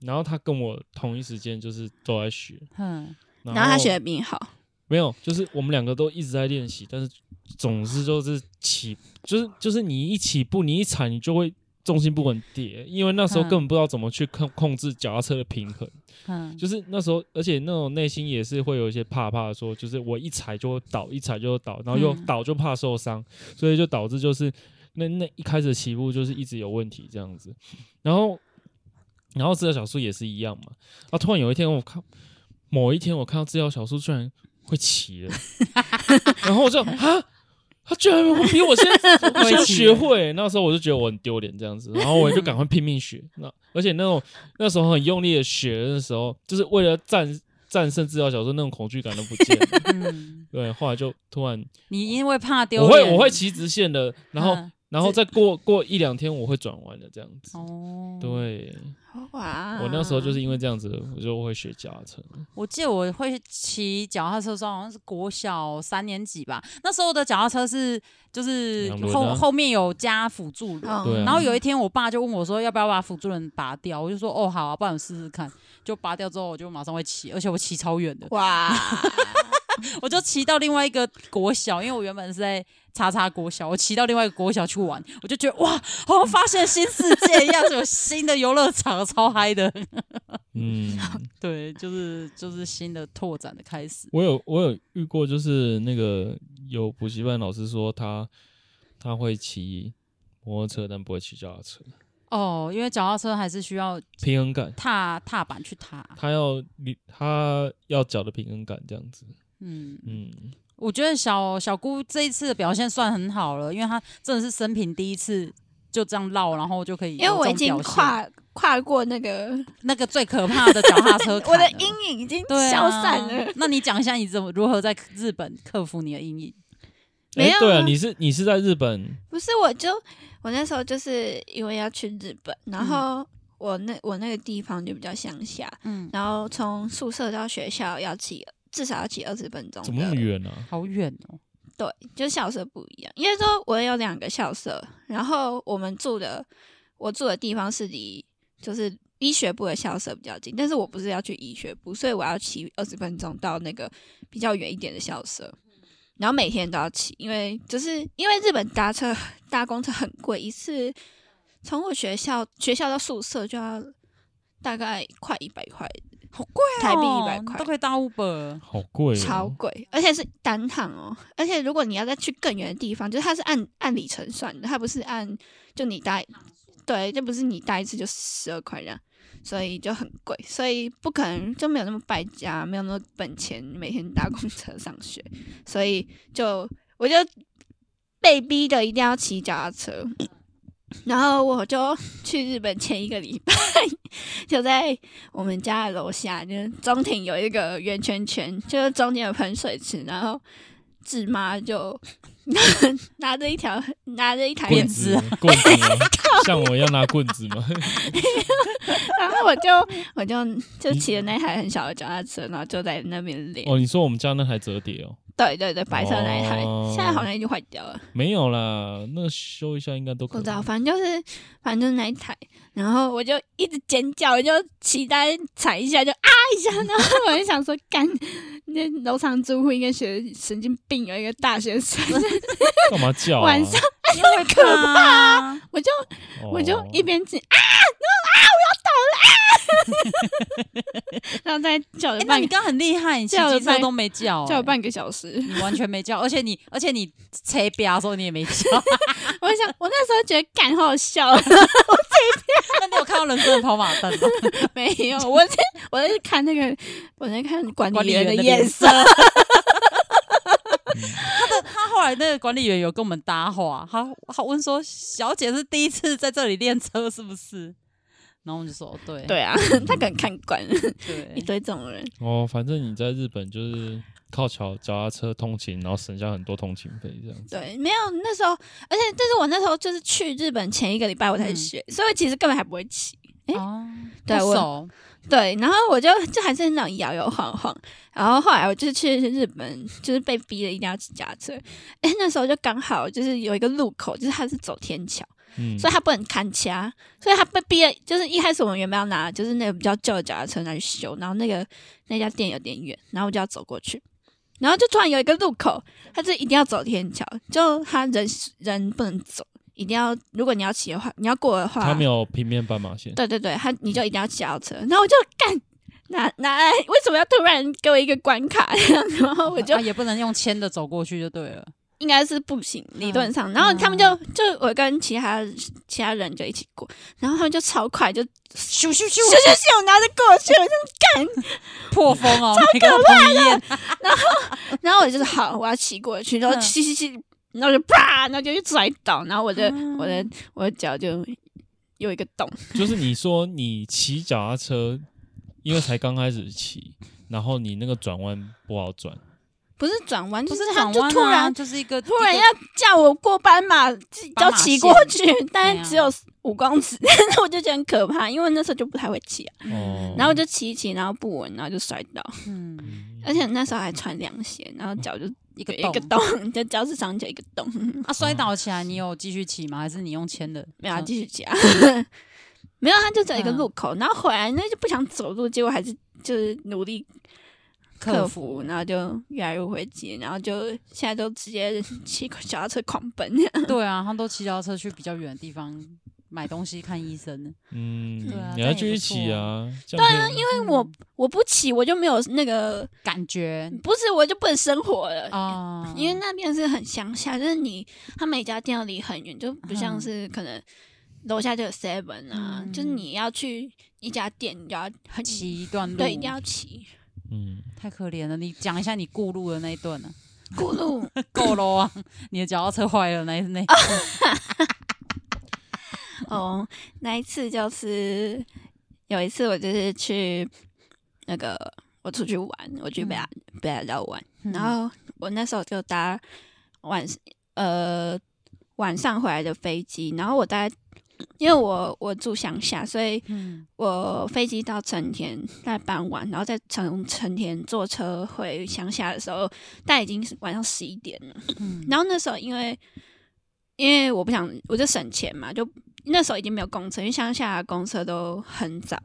然后他跟我同一时间就是都在学，
嗯，
然
然后他学的比你好，
没有，就是我们两个都一直在练习，但是总是就是起，就是就是你一起步，你一踩，你就会重心不稳跌，因为那时候
嗯
根本不知道怎么去控控制脚踏车的平衡，
嗯，
就是那时候，而且那种内心也是会有一些怕怕的说就是我一踩就会倒，一踩就会倒，然后又
嗯
倒就怕受伤，所以就导致就是那那一开始起步就是一直有问题这样子，然后然后治疗小叔也是一样嘛，啊，突然有一天我看某一天我看到治疗小叔居然会骑 了，然后我就啊。他居然比我先我
会
先
骑
学会，那时候我就觉得我很丢脸这样子，然后我就赶快拼命学。那而且那种那时候很用力的学的时候，就是为了战战胜治疗小说那种恐惧感都不见了。
嗯，
对，后来就突然
你因为怕丢
我会
脸
我会骑直线的，然后、
嗯
然后再过过一两天我会转弯的这样子。
哦，，啊
对
哇！
我那时候就是因为这样子，我就会学脚踏车。
我记得我会骑脚踏车的时候，好像是国小三年级吧。那时候的脚踏车是就是
两轮啊
后后面有加辅助轮，
嗯
对啊
然后有一天我爸就问我说要不要把辅助轮拔掉，我就说哦好啊，不然我试试看。就拔掉之后我就马上会骑，而且我骑超 远的，
哇，
我就骑到另外一个国小，因为我原本是在叉叉国小，我骑到另外一个国小去玩，我就觉得哇，好像发现新世界一样，有新的游乐场，超嗨的。
嗯，
对，就是就是新的拓展的开始。
我有我有遇过，就是那个有补习班老师说他他会骑摩托车，但不会骑脚踏车。
哦，因为脚踏车还是需要
平衡感，
踏踏板去踏。
他要你他要脚的平衡感这样子，
嗯，
嗯，
我觉得小小姑这一次的表现算很好了，因为她真的是生平第一次就这样绕，然后就可以有
因为我已
这种
经
表现
跨跨过那个，
那个最可怕的脚踏车坎
我
了，
的阴影已经
对啊
消散了。
那你讲一下你怎么如何在日本克服你的阴影？
没
哎
有，
对啊，
啊
你是你是在日本，
不是，我就我那时候就是因为要去日本，然后我那我那个地方就比较乡下，
嗯，
然后从宿舍到学校要骑至少要骑二十分钟，
怎么那么？远啊？
好远哦。
对，就校舍不一样。因为说我有两个校舍，然后我们住的我住的地方是离就是医学部的校舍比较近，但是我不是要去医学部，所以我要骑二十分钟到那个比较远一点的校舍。然后每天都要骑，因为就是因为日本搭车搭公车很贵，一次从我学校学校到宿舍就要大概快一百块，
好贵哦，
台币100块
都可以搭 Uber。
好贵、哦，
超贵，而且是单趟哦。而且如果你要再去更远的地方，就是它是按按里程算的，它不是按就你搭，对，这不是你搭一次就十二块这样，所以就很贵，所以不可能就没有那么败家，没有那么本钱每天搭公车上学，所以就我就被逼的一定要骑脚踏车。然后我就去日本前一个礼拜，就在我们家的楼下，就是中庭有一个圆圈圈，就是中间有喷水池，然后志妈就拿 着一条拿着一台
棍
面
子
面，
棍子 吗，像我一样拿棍子吗？
然后我就我就就骑了那台很小的脚踏车，然后就在那边练。
哦，你说我们家那台折叠哦？
对对对，白色那一台，
哦
现在好像已经坏掉了，
没有啦，那个修一下应该都可
不
以
知。道，反正就是反正就是那一台。然后我就一直尖叫，我就骑单踩一下就啊一下，然后我就想说，干，那楼上住户应该学神经病，哦有一个大学生，
干嘛叫、啊？
晚上
因为可怕、啊，
我就
哦
我就一边骑啊，然后啊我要倒了啊，然 后再叫了
哎、那
半
你
个
刚刚很厉害，你骑机车都没叫、
叫了
哎
半个小时。
你完全没叫，而且你而且你车标的时候你也没叫，
我想，我那时候觉得干好好笑，啊
那你有看到人真的跑马灯吗？
没有，我在我在看那个，我在看管
管
理
理员
员的
的
眼
脸
色
色。他后来那个管理员有跟我们搭话，他他问说：“小姐是第一次在这里练车是不是？”然后我们就说：“哦 对
对啊， 他可能看惯了
对，
一堆这种人。
哦，反正你在日本就是靠脚脚踏车通勤，然后省下很多通勤费这样子。
对，没有那时候，而且但是我那时候就是去日本前一个礼拜我才
嗯
学，所以我其实根本还不会骑。诶
哦，
对
不
我
熟
对，然后我就就还是那种摇摇晃晃，然后后来我就去日本，就是被逼的一定要骑脚踏车。哎，那时候就刚好就是有一个路口，就是它是走天桥，
嗯，
所以他不能砍掐，所以他被逼的，就是一开始我们原本要拿就是那个比较旧的脚踏车拿去修，然后那个那家店有点远，然后我就要走过去，然后就突然有一个路口，他就一定要走天桥，就他人人不能走，一定要如果你要骑的话，你要过的话，
他没有平面斑马线。
对对对，他你就一定要骑脚踏车，然后我就干。拿拿来，为什么要突然给我一个关卡？ 然后我就
啊也不能用牵的走过去就对了。
应该是不行，理论上。
嗯
然后他们就就我跟其他其他人就一起过，然后他们就超快就咻咻咻咻咻咻拿着过去， 我就
破风 哦，超可怕的！
然后我就是好，我要骑过去，然后
嗯
骑骑骑，然后就啪，然后就去摔倒，然后我的、
嗯
我的我的脚就有一个洞，
就是你说你骑脚踏车，因为才刚开始骑，然后你那个转弯不好转，
不是转弯，
不
就是是他
转
就
弯啊
突然
就是一个
突然
一
要
个
叫我过斑马，
斑
要
马
骑
线
过去，但
对啊
是只有五公尺， 但是我就觉得很可怕，因为那时候就不太会骑啊，
哦
然后我就骑一骑，然后不稳，然后就摔倒。
嗯
而且那时候还穿凉鞋，然后脚就
一个
有一个
洞
洞， 就脚趾上就一个洞，
啊，摔倒起来你有继续骑吗？还是你用牵的？嗯
没有啊继续 夹， 没有，啊他就走一个路口，然后回来那就不想走路，结果还是就是努力克
克
服，
服。
然后就越来越会骑，然后就现在都直接骑脚踏车狂奔，
对啊，他们都骑脚踏车去比较远的地方买东西、看医生。
嗯
对啊，
你要
这样也
继
不
续骑
错
啊。对啊，因为
因为我我不骑我就没有那个，
嗯感觉
不是我就不能生活了。
啊，
因为那边是很乡下，就是你他每家店要离很远，就不像是可能楼下就有 Seven 啊，
嗯
就是你要去一家店，你就要很
骑一段路，
对，一定要骑
嗯，
太可怜了。你讲一下你过路的那一段呢、
过路。
啊？够了啊！你的脚踏车坏了那一那一
啊哦，那一次就是有一次我就是去那个我出去玩，我去北海北海道玩，然后我那时候就搭晚呃晚上回来的飞机，然后我大概因为我我住乡下，所以
嗯
我飞机到成田，在傍晚，然后再从成田坐车回乡下的时候，大概已经是晚上十一点了。
嗯
然后那时候因为因为我不想，我就省钱嘛，就那时候已经没有公车，因为乡下的公车都很早，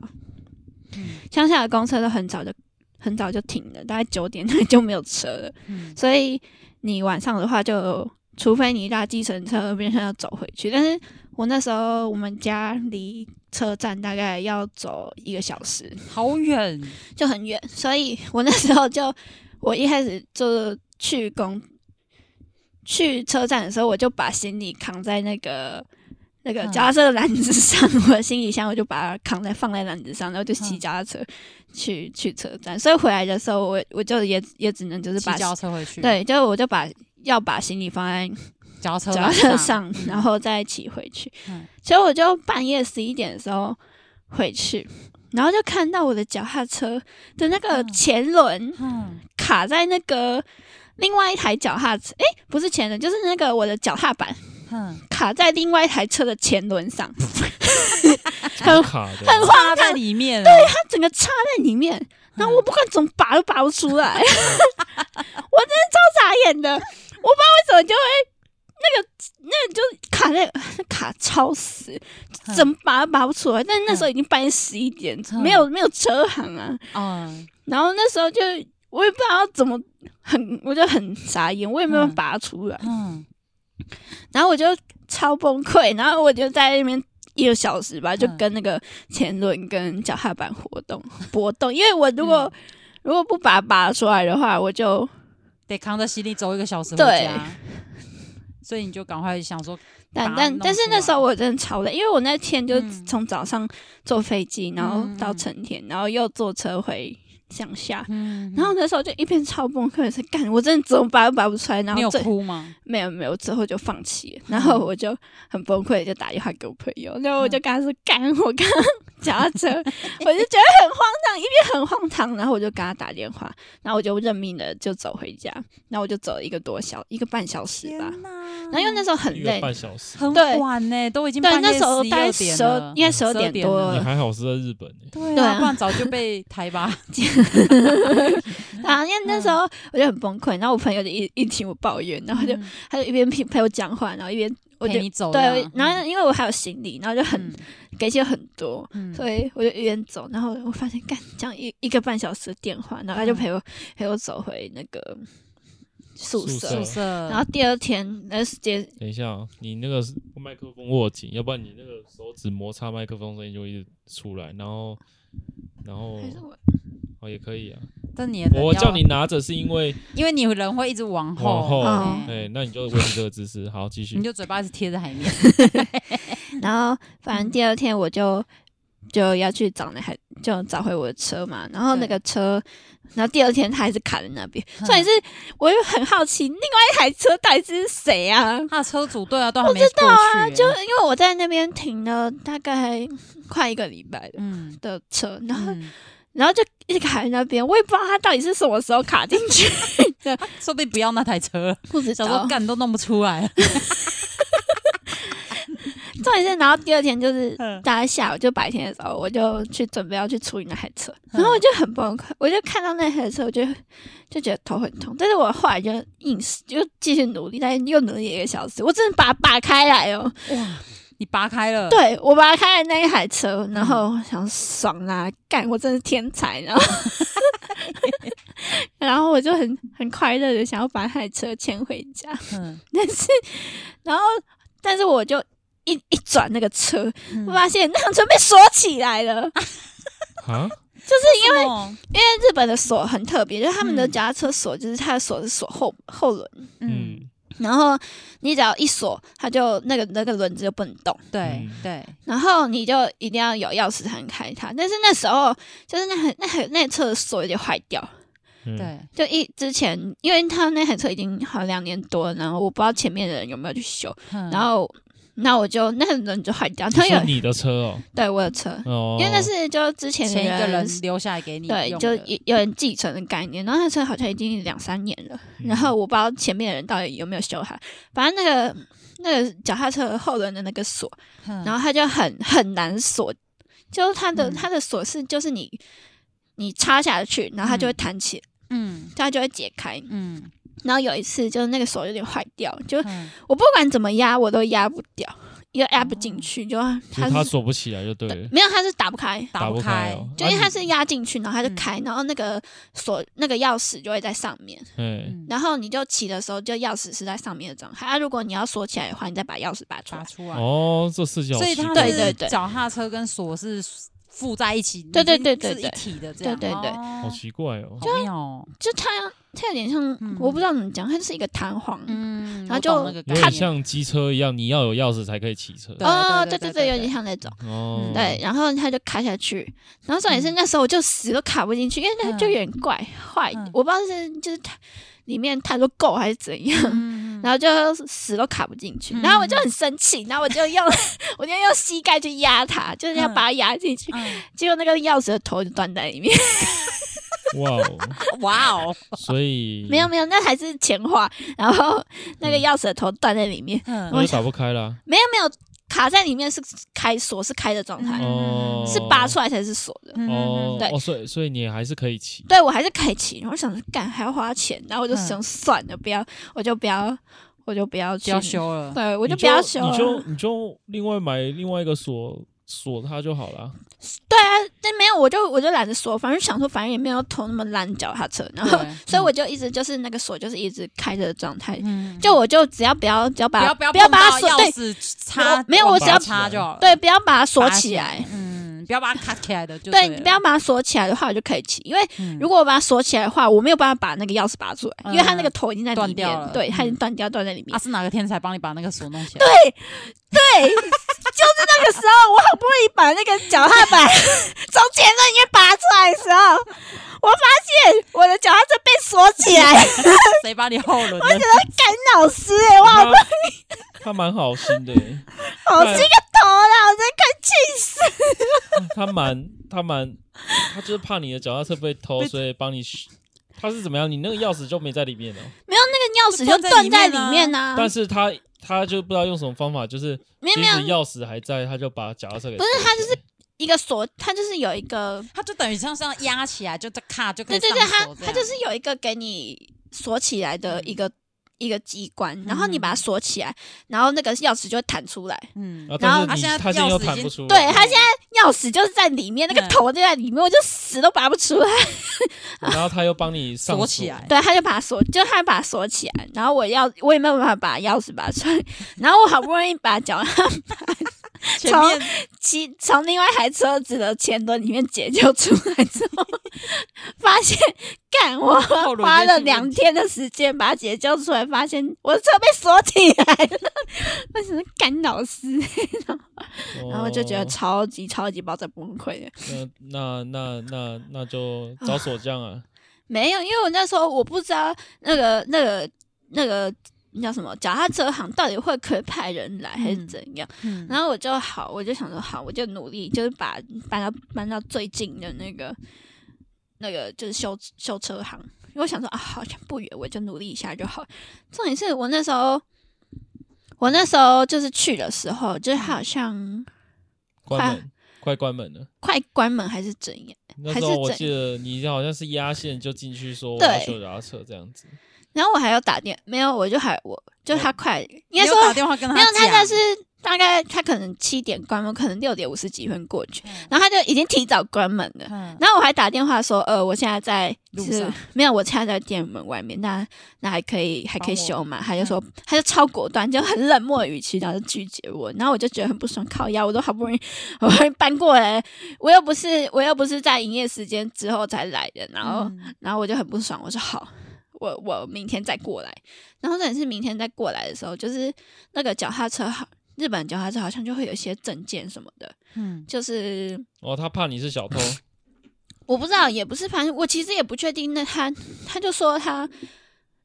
嗯
乡下的公车都很早就很早就停了，大概九点就没有车了。
嗯
所以你晚上的话就，除非你搭计程车，变成要走回去。但是我那时候我们家离车站大概要走一个小时，
好远，
就很远，所以我那时候就，我一开始就是去公去车站的时候，我就把行李扛在那个那个
嗯
脚踏车的篮子上，我的行李箱我就把它扛在放在篮子上，然后就骑
嗯
脚踏车去、去车站。所以回来的时候我，我就也也只能就是
骑
把
脚踏车回去，，
对，就我就把要把行李放在
脚踏车
脚踏车
缆
上，然后再骑回去。
嗯
所以我就半夜十一点的时候回去，然后就看到我的脚踏车的那个
嗯
前轮
嗯
卡在那个另外一台脚踏车，诶，不是前轮，就是那个我的脚踏板
嗯，
卡在另外一台车的前 轮上，
超卡的，啊
很
画在里面了，对，
它整个插在里
嗯
面。然后我不管怎么拔都拔不 出来，我真的超傻眼的，我不知道为什么就会那个那个就卡在卡超死，
嗯
怎么拔都拔不出来。但是那时候已经半夜十一点，
嗯
没有没有车行啊。
嗯
然后那时候就我也不知道怎么很，我就很傻眼，我也没有
嗯
拔出来。
嗯
然后我就超崩溃，然后我就在那边一个小时吧，就
嗯
跟那个前轮跟脚踏板活动搏动，因为我如果、
嗯
如果不把它拔出来的话，我就
得扛着行李走一个小时回
对
家，所以你就赶快想说，
但
把它
但
弄
但是
出来
那时候我真的超累，因为我那天就
嗯
从早上坐飞机，然后
嗯
到成田，然后又坐车回乡下。
嗯，
然后那时候就一边超崩溃，是干我真的怎么拔都拔不出来，然
你
后
有
最
哭吗？
没有没有，之后就放弃了。然后我就很崩溃，就打电话给我朋
嗯
友，然后我就跟他说：“干，我刚刚脚踏 车，我就觉得很荒唐，一边很荒唐。”然后我就跟他打电话，然后我就认命的就走回家。然后我就走了一个多小一个半小时吧。
哪
然后因为那时候很
一个
累，
半小时，
很
对
晚呢，都已经
对，
半夜
那时候大概
12点
十二
了，
应该十二
12
点
点
多
了
你
了。
还好是在日本欸
对
对
啊，
啊
不然早就被抬吧。
啊，因为那时候我就很崩溃，然后我朋友就一一听我抱怨，然后就、
嗯
他就一边陪陪我讲话，然后一边我就
陪你走这样，
对，然后因为我还有行李，然后就很、给些很多，
嗯
所以我就一边走，然后我发现干这样一一个半小时的电话，然后他就
嗯
陪我、陪我走回那个宿
宿
舍，
舍
宿舍，
然后第二天呃那时间
等一下啊，你那个是麦克风握紧，要不然你那个手指摩擦麦克风声音就一直出来，然后，然后
还是我
哦也可以啊。
但你的
我
人
叫
要
你，拿着是因为，
因为你人会一直往
往后
嗯
哎，那你就维持这个姿势。 好，继续
你。就嘴巴一直贴着海绵，
然后反正第二天我就就要去找那台，就找回我的车嘛。然后那个车，然后第二天他还是卡在那边。
嗯
重点是，我又很好奇另外一台车到底是谁啊？
他的车主对啊，都还没过去，
就因为我在那边停了大概快一个礼拜的
嗯。
的车，然后、
嗯
然后就一直卡在那边，我也不知道他到底是什么时候卡进去，
啊说不定不要那台车了，
不知
想说
道。
干都弄不出来。
重点是，然后第二天就是
嗯
大概下午就白天的时候，我就去准备要去处理那台车，然后我就很崩溃，我就看到那台车，我就就觉得头很痛，但是我后来就硬是就继续努力，但又努力一个小时，我真的把它拔开来哦，
哇，你拔开了，，
对我拔开了那一台车，然后我想爽啦、干我真是天才，然后 然后我就很很快乐的想要把那台车牵回家，
嗯，
但是，然后，但是我就一一转那个车，
嗯
我发现那辆车被锁起来 了。
啊，
因为
但日本的锁很特别，就是他们的
嗯
脚踏车锁，就是它的锁是锁后后轮，
嗯
嗯，
然后你只要一锁，它就那个那个轮子就不能动，
对
嗯
对，
然后你就一定要有钥匙才能开它。但是那时候就是那很那很那侧的锁有点坏掉，
嗯，
对，
就一之前因为它那台车已经好像两年多了，然后我不知道前面的人有没有去修，
嗯
然后那我就那个轮子就坏掉，
你
它有
说你的车哦，
对我的车，
哦，
因为那是就之前的
前一个人留下来给你
对，
用
就
的
有有人继承的概念。然后那车好像已经两三年了，
嗯
然后我不知道前面的人到底有没有修它。反正那个那个脚踏车后轮的那个锁，
嗯
然后它就很很难锁，就是它的、
嗯
它的锁是就是你你插下去，然后它就会弹起，
嗯
它就会解开。
嗯
然后有一次就是那个锁有点坏掉，就
嗯
我不管怎么压我都压不掉，又压不
哦
进去，就
就
它
是它
是
锁不起来就对了，
没有它是打不开。
打
不
不
开
开，
哦，
就因为
啊
它是压进去，然后它就
嗯
开，然后那个锁那个钥匙就会在上面，
你哎，
嗯
然后你就骑的时候就钥匙是在上面的状态。啊，如果你要锁起来的话，你再把钥匙拔出
拔
来。
出来，
哦，这视角
所以它
对
是
对对
脚踏车跟锁是附在一起，你
对对
是
对对
是
对
一体的这样，
对对对
哦
好奇怪哦，
好妙哦，
就它它有点像，
嗯
我不知道怎么讲，它就是一个弹簧。
嗯，
然后
我
就
懂那个
有
概
点
念，
像机车一样，你要有钥匙才可以骑车
对
哦，
对
对
对对
对，
对嗯
有点像那种。
哦，
嗯对，，然后它就卡下去，然后重点是那时候我就死都卡不进去，因为那就有点怪坏
嗯，
我不知道是就是它里面太多垢还是怎样，
嗯
然后就死都卡不进去，
嗯
然后我就很生气，然后我就用我就用膝盖去压它，就是要把它压进 去，
嗯
结果那个钥匙的头就断在里面。
哇哦，
哇哦，
所以
没有，没有，那还是钱花，然后那个
嗯
钥匙的头断在里面，
嗯
那就打不开啦，
没有没有卡在里面是开锁是开的状态，
哦，
嗯是拔出来才是锁的。
嗯
哦，
对
哦，所以所以你还是可以骑，
对我还是可以骑，然后我想说干还要花钱，然后我就想算了，不要，我就不要，我就不要
不
去
要，修了，
对我
我
就不要修
你
了
就。你就另外买另外一个锁锁它就好 了，
对啊，但没有，我就我就懒得锁，反正想说反正也没有投那么烂脚踏车， 然后
对
所以我就一直就是那个锁就是一直开着的状态，
嗯
就我就只要不要只要把
不
它
要不要
不要
碰
把它
到
锁
钥
对
匙插，
没有我只
要
插就好了，
对，不要把它锁
拔
起来。，
嗯，不要把它卡起来的，就
对，
了
你不要把它锁起来的话，我就可以骑。因为
嗯
如果我把它锁起来的话，我没有办法把那个钥匙拔出来，因为它那个头已经在
嗯断
里
掉
面
了，
对，它已经
嗯
断掉，断在里面
啊。是哪个天才帮你把那个锁弄起来？
对啊对， 就是那个时候，我好不容易把那个脚踏板 从前轮里面拔出来的时候，我发现我的脚踏车被锁起来，
谁把你后轮的？
干老师哎、我好
它它蛮好心的欸，
好心啊个头啦，我真快气死！
他蛮他蛮，他就是怕你的脚踏车被偷，所以帮你嘘。他是怎么样？你那个钥匙就没在里面了，
没有那个钥匙
断
就
在
断
里
在
面
里
啊
面呐、
但是他他就不知道用什么方法，就是
没有
即
没有
使钥匙还在，他就把脚踏车给
不是他就是一个锁，它就是有一个，
它就等于像像压起来，就这卡就可
对
以
对
上
对，它
锁这
它
样嗯
就是有一个给你锁起来的一个。一个机关，然后你把它锁起来，然后那个钥匙就会弹出来。
嗯
啊，，
然
但是
后
他
你
现在
他现在又
钥匙已
弹
经
不出来，
对啊它现在钥匙就是在里面，那个
嗯
头就在里面，我就死都拔不出来。
然后他又帮你上
锁起来，
对，他就把它锁，就他把它锁起来，然后我要我也没有办法把钥匙拔出来， 然后我好不容易把脚踏
前
从
面
骑从另外一台车子的前轮里面解救出来之后，发现干我
后轮
花
也是
了
问题
两天的时间把它解救出来，发现我的车被锁起来了，我想说干老师，
哦
然后我就觉得超级超级爆炸崩溃的。
那那那那那就找锁匠 啊，
没有，因为我那时候我不知道那个那个那个那叫什么脚踏车行到底会可以派人来还是
嗯
怎样，
嗯
然后我就好，我就想说好，我就努力，就是把搬到搬到最近的那个那个就是修修车行，因为我想说啊，好像不远，我就努力一下就好。重点是我那时候。我那时候就是去的时候，就是好像
关门，快关门了。
快关门还是怎样，
那
还
时
是
候我
怎
记得你好像是压线就进去说我要
对
修脚踏车这样子，
然后我还要打电，没有，我就还我就他快，应该
你有
说
打电话跟他
没有，他
讲
就是大概他可能七点关门，可能六点五十几分过去，
嗯
然后他就已经提早关门了。
嗯
然后我还打电话说，呃，我现在在
路
是
上
没有，我现在在店门外面，那那还可以还可以
帮我
修嘛？
嗯
他就说，他就超果断，就很冷漠的语气，然后就拒绝我，然后我就觉得很不爽，靠腰，我都好不容易我还搬过来，我又不是我又不是在营业时间之后才来的，然后、
嗯
然后我就很不爽，我说好，我我明天再过来。然后等是明天再过来的时候，就是那个脚踏车好，日本脚踏车好像就会有一些证件什么的，
嗯，
就是
哦，他怕你是 小偷，
我不知道，也不是，反正我其实也不确定。那他他就说他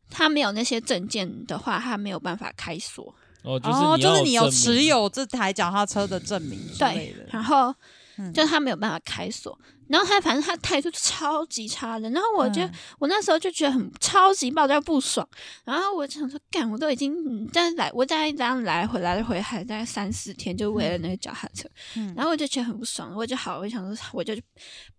他没有那些证件的话，他没有办法开锁。
哦，就是
哦，就是
你
你
要
有
有
持，有这台脚踏车的证明之类
对
的，
然后
嗯
就他没有办法开锁，然后他反正他态度超级差的。然后我就、
嗯
我那时候就觉得很超级爆炸不爽。然后我就想说，干，我都已经嗯这样来，我再这样来回来回还大概三四天，就为了那个脚踏车。
嗯
然后我就觉得很不爽，我就好，我就想说，我就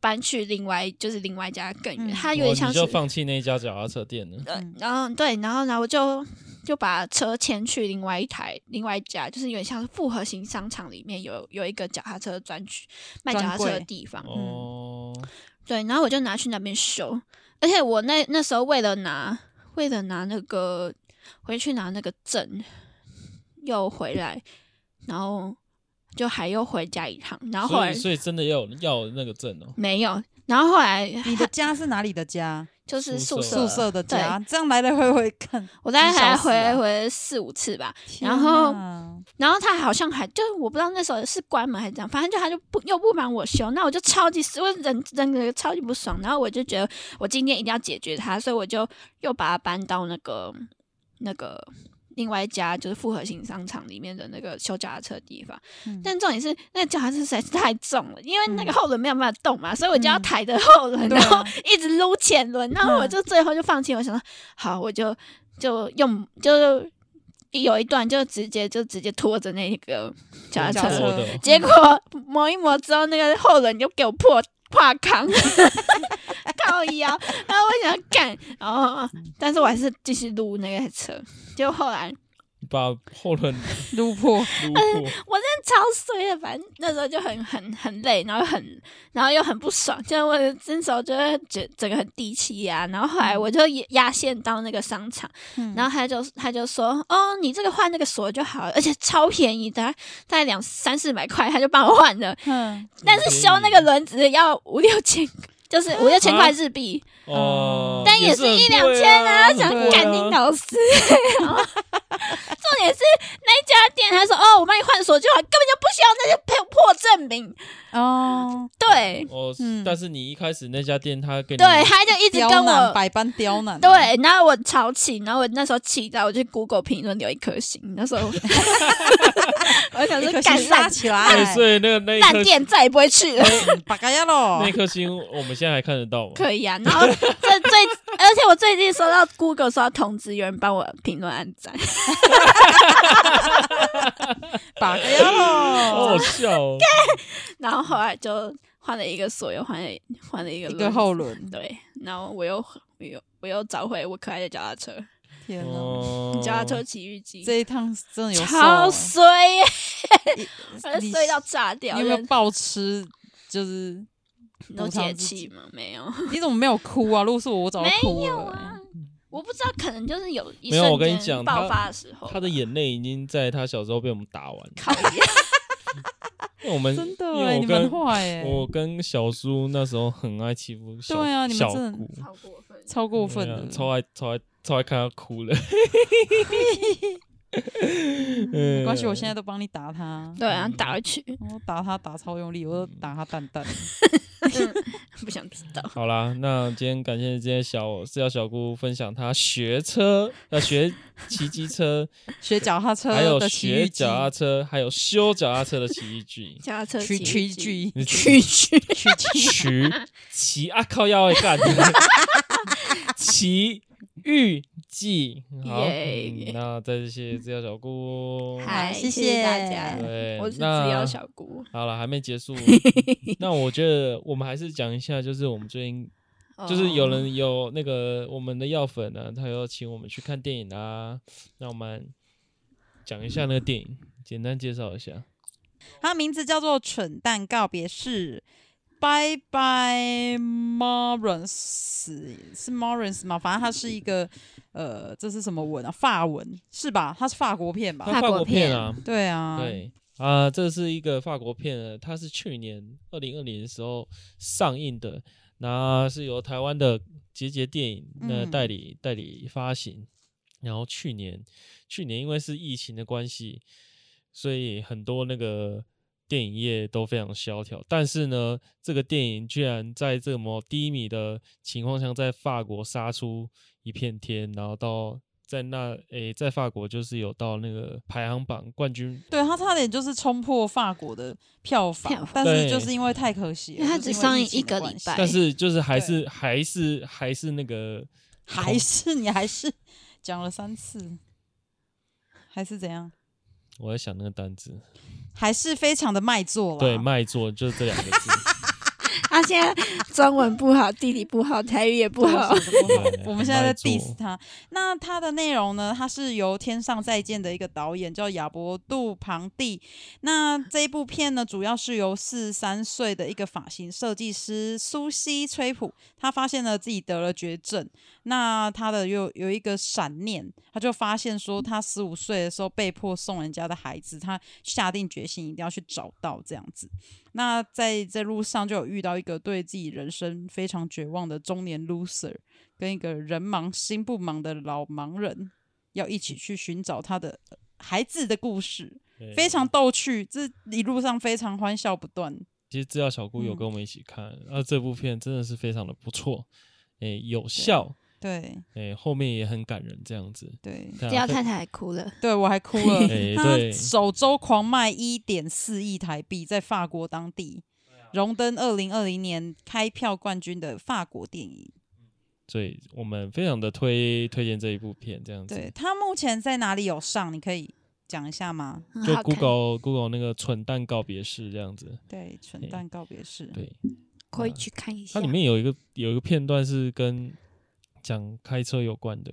搬去另外就是另外一家更远，
嗯
他
哦
有点像
你
是
就放弃那一家脚踏车店了。
呃
嗯，
然后对，然后然后我就就把车迁去另外一台另外一家，就是有点像是复合型商场里面有有一个脚踏车专区卖脚
专
踏车的
柜
地方，
哦，
嗯对，然后我就拿去那边修，而且我那那时候为了拿为了拿那个回去拿那个证，又回来，然后就还又回家一趟，然后后
所
来
以所以真的要有要有那个证哦。
没有，然后后来
你的家是哪里的家？
就是
宿
宿
舍
宿
舍
舍啊的
对
家，这样来来回回看。
我大概
几小
还
时
回
啊
回四五次吧，
天
然后
哪
然后他好像还就是我不知道那时候是关门还是怎样，反正就他就不又不帮我修，那我就超级我人真的超级不爽，然后我就觉得我今天一定要解决他，所以我就又把他搬到那个那个另外一家就是复合型商场里面的那个修脚踏车的地方。
嗯
但重点是那个脚踏车实在是太重了，因为那
嗯
个后轮没有办法动嘛，所以我就要
嗯
抬着后轮，
对
然后
啊
一直撸前轮，然后我就最后就放弃，我想说好，我就就用就有一段就直接就直接拖着那个脚踏
脚踏
车，
我
车
的
结果磨一磨之后，那个后轮就给我破破康。 靠腰，然后我想要干，然后但是我还是继续撸那个车，结果后来
你把后轮
路 破，
撸
呃
破，
超衰的，反正那时候就很很很累，然后很然后又很不爽，就是我那时候就会整整个很低气压、然后后来我就压压线到那个商场，
嗯
然后他就他就说，哦，你这个换那个锁就好了，而且超便宜的，大概两三四百块，他就帮我换了。
嗯啊
但是修那个轮子要五六千，就是五六千块日币，
哦，
但
嗯也是
是
一两千
啊，
他想
很贵啊
干定 老师。然后重点是那一家店，他说哦，我帮你换锁就好，根本就不需要那些破破证明。
哦，
对
哦
嗯，
但是你一开始那家店他跟你
对，他就一直
刁
跟
难，
我
百般刁难。
对，然后我超气，然后我那时候气到我去 Google 评论留一颗星，那时 候我我想
一
说
颗
干
心
烂
杀起
哎
来，
所以那个那一
烂
颗
店再也不会 去了。
八嘎呀喽
那！颗星，我们现在还看得到吗？
可以啊，然后这最，而且我最近收到 Google 收到通知，有人帮我评论按赞，
八嘎呀
好
喽
好！笑哦，
然后后来就换了一个锁，又换了一换了一个
一
轮
个后轮，
对，然后我又我又我又找回我可爱的脚踏车，
天哪！
哦，
脚踏车奇遇记，
这一趟真的有
超
瘦啊
衰耶，
欸 你你
衰到炸掉，
你有没有
真的
暴吃？就是
你都
补偿
解
自己
气吗？没有，
你怎么没有哭啊？如果是我，我早就哭
啊
了欸。
我不知道，可能就是有一
没有我
瞬
跟你
间
讲
爆
他
发的时候吧，
他的眼泪已经在他小时候被我们打完了。
靠腰
因为我们
真
因
的
为
哎，
我
你们
跟
坏哎，
我跟小叔那时候很爱欺负小
对啊你们
小
真的
姑，
超过分。
超过分
对啊
了，
超爱超爱超爱看他哭 了。
没
没
关系，我现在都帮你打他。
对啊，打回去，
我打他打超用力，我都打他蛋 蛋。
嗯 不想知道。。
好啦，那今天感谢今天小是要小姑分享她学车、 呃学骑机车，
学脚踏 车
还有
的奇
学
遇记
脚，踏车，还有修脚踏车的奇遇记
脚踏车
曲
奇
曲
遇记，
剧，
你
曲曲，
曲 奇
骑骑啊靠腰会干， 奇遇记好，
耶
嗯那再谢谢资料小 姑，
嗨，
谢
谢
谢
大家，
对，
我是只
那
要小姑。
好了，还没结 束。那我觉得我们还是讲一下，就是我们最近就是
哦
有人有那个我们的药粉呢、他有请我们去看电影啊。那我们讲一下那个电影，简单介绍一下。
它的名字叫做《蠢蛋告别式》。拜拜，Morris 是 Morris 吗？反正它是一个，呃，这是什么文啊？法文是吧？它是法国 片吧？
那
法国
国片啊，
对啊，，
对啊、这是一个法国片，它是去年二零二零的时候上映的。那是由台湾的杰杰电影那
嗯
代理、代理发行。然后去年去年因为是疫情的关系，所以很多那个电影业都非常萧条。但是呢，这个电影居然在这么低迷的情况下，在法国杀出一片天，然后到在那诶，在法国就是有到那个排行榜冠军。
对他差点就是冲破法国的票房，
票
但
房
是
对
就是因为太可惜了，
因为它
就是
只
因
上
疫
映
情
一
的
个
关
礼
系
拜
但是就是还
对
是还是还是那个
还是你还是讲了三次，还是怎样？
我在想那个单字，
还是非常的卖座了。
对，卖座就是这两个字。
他啊现在中文不好，地理不好，台语也不
对
好。
什么都不好
对
我们现在在
卖座
diss 他。那他的内容呢？他是由《天上再见》的一个导演叫亚伯杜庞蒂。那这一部片呢，主要是由四十三岁的一个发型设计师苏西崔普，他发现了自己得了绝症。那他的有有一个闪念，他就发现说，他十五岁的时候被迫送人家的孩子，他下定决心一定要去找到这样子。那在这路上就有遇到一个对自己人生非常绝望的中年 loser，跟一个人忙心不忙的老盲人，要一起去寻找他的呃孩子的故事，
对
非常逗趣。这一路上非常欢笑不断。
其实资料小姑有
嗯
跟我们一起看，那、这部片真的是非常的不错，诶、有效，
对
诶、后面也很感人，这样子。
对
对啊
只要
非
太太哭了，
对，我还哭了
哎。
他
对
首周狂卖一点四亿台币，在法国当地
啊
荣登二零二零年开票冠军的法国电影。
所以我们非常的推推荐这一部片，这样子。
对他目前在哪里有上？你可以讲一下吗？
很
就
好看。
Google Google 那个蠢蛋告别式这样子，
对，《蠢蛋告别式》
对，
可以去看一下。
它里面有一个有一个片段是跟讲开车有关 的，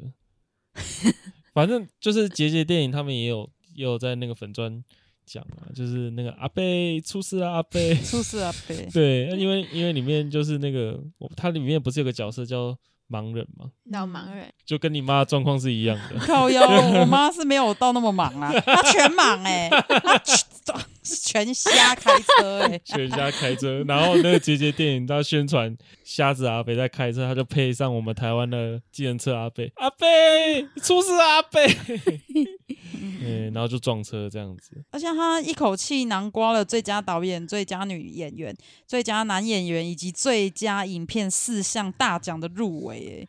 反正就是杰杰电影他们也有也有在那个粉砖讲啊，就是那个阿贝出事啊阿贝，，
出事啊，对
对，因为因为里面就是那个我它里面不是有个角色叫盲人嘛，
老盲人，
就跟你妈的状况是一样的，
靠腰，我妈是没有到那么忙啊，她全忙哎、她全是全瞎开车 哎、
全家开车，然后那个杰杰电影他宣传瞎子阿北在开车，他就配上我们台湾的计程车阿北，阿北出事啊阿北， 嗯，然后就撞车这样子，
而且她一口气囊括了最佳导演、最佳女演员、最佳男演员以及最佳影片四项大奖的入围哎、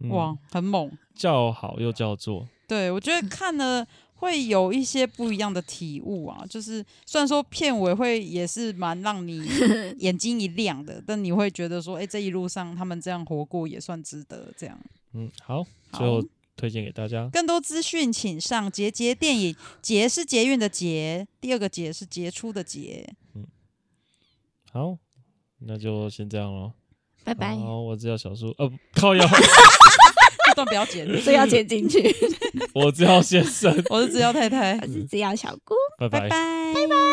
嗯、
哇，很猛！
叫好又叫座，
对我觉得看了。会有一些不一样的体悟啊，就是虽然说片尾会也是蛮让你眼睛一亮的，但你会觉得说，哎、这一路上他们这样活过也算值得这样。
嗯，好，
好
最后推荐给大家，
更多资讯请上杰杰电影，杰是捷运的杰，第二个杰是杰出的杰。
好，那就先这样咯。
拜拜，
好，我只要小树，呃，靠腰，
这段不要 剪，
这要剪进去。
我只要先生，
我是只要太太，
我是只要小姑。
拜
拜拜
拜。
拜拜。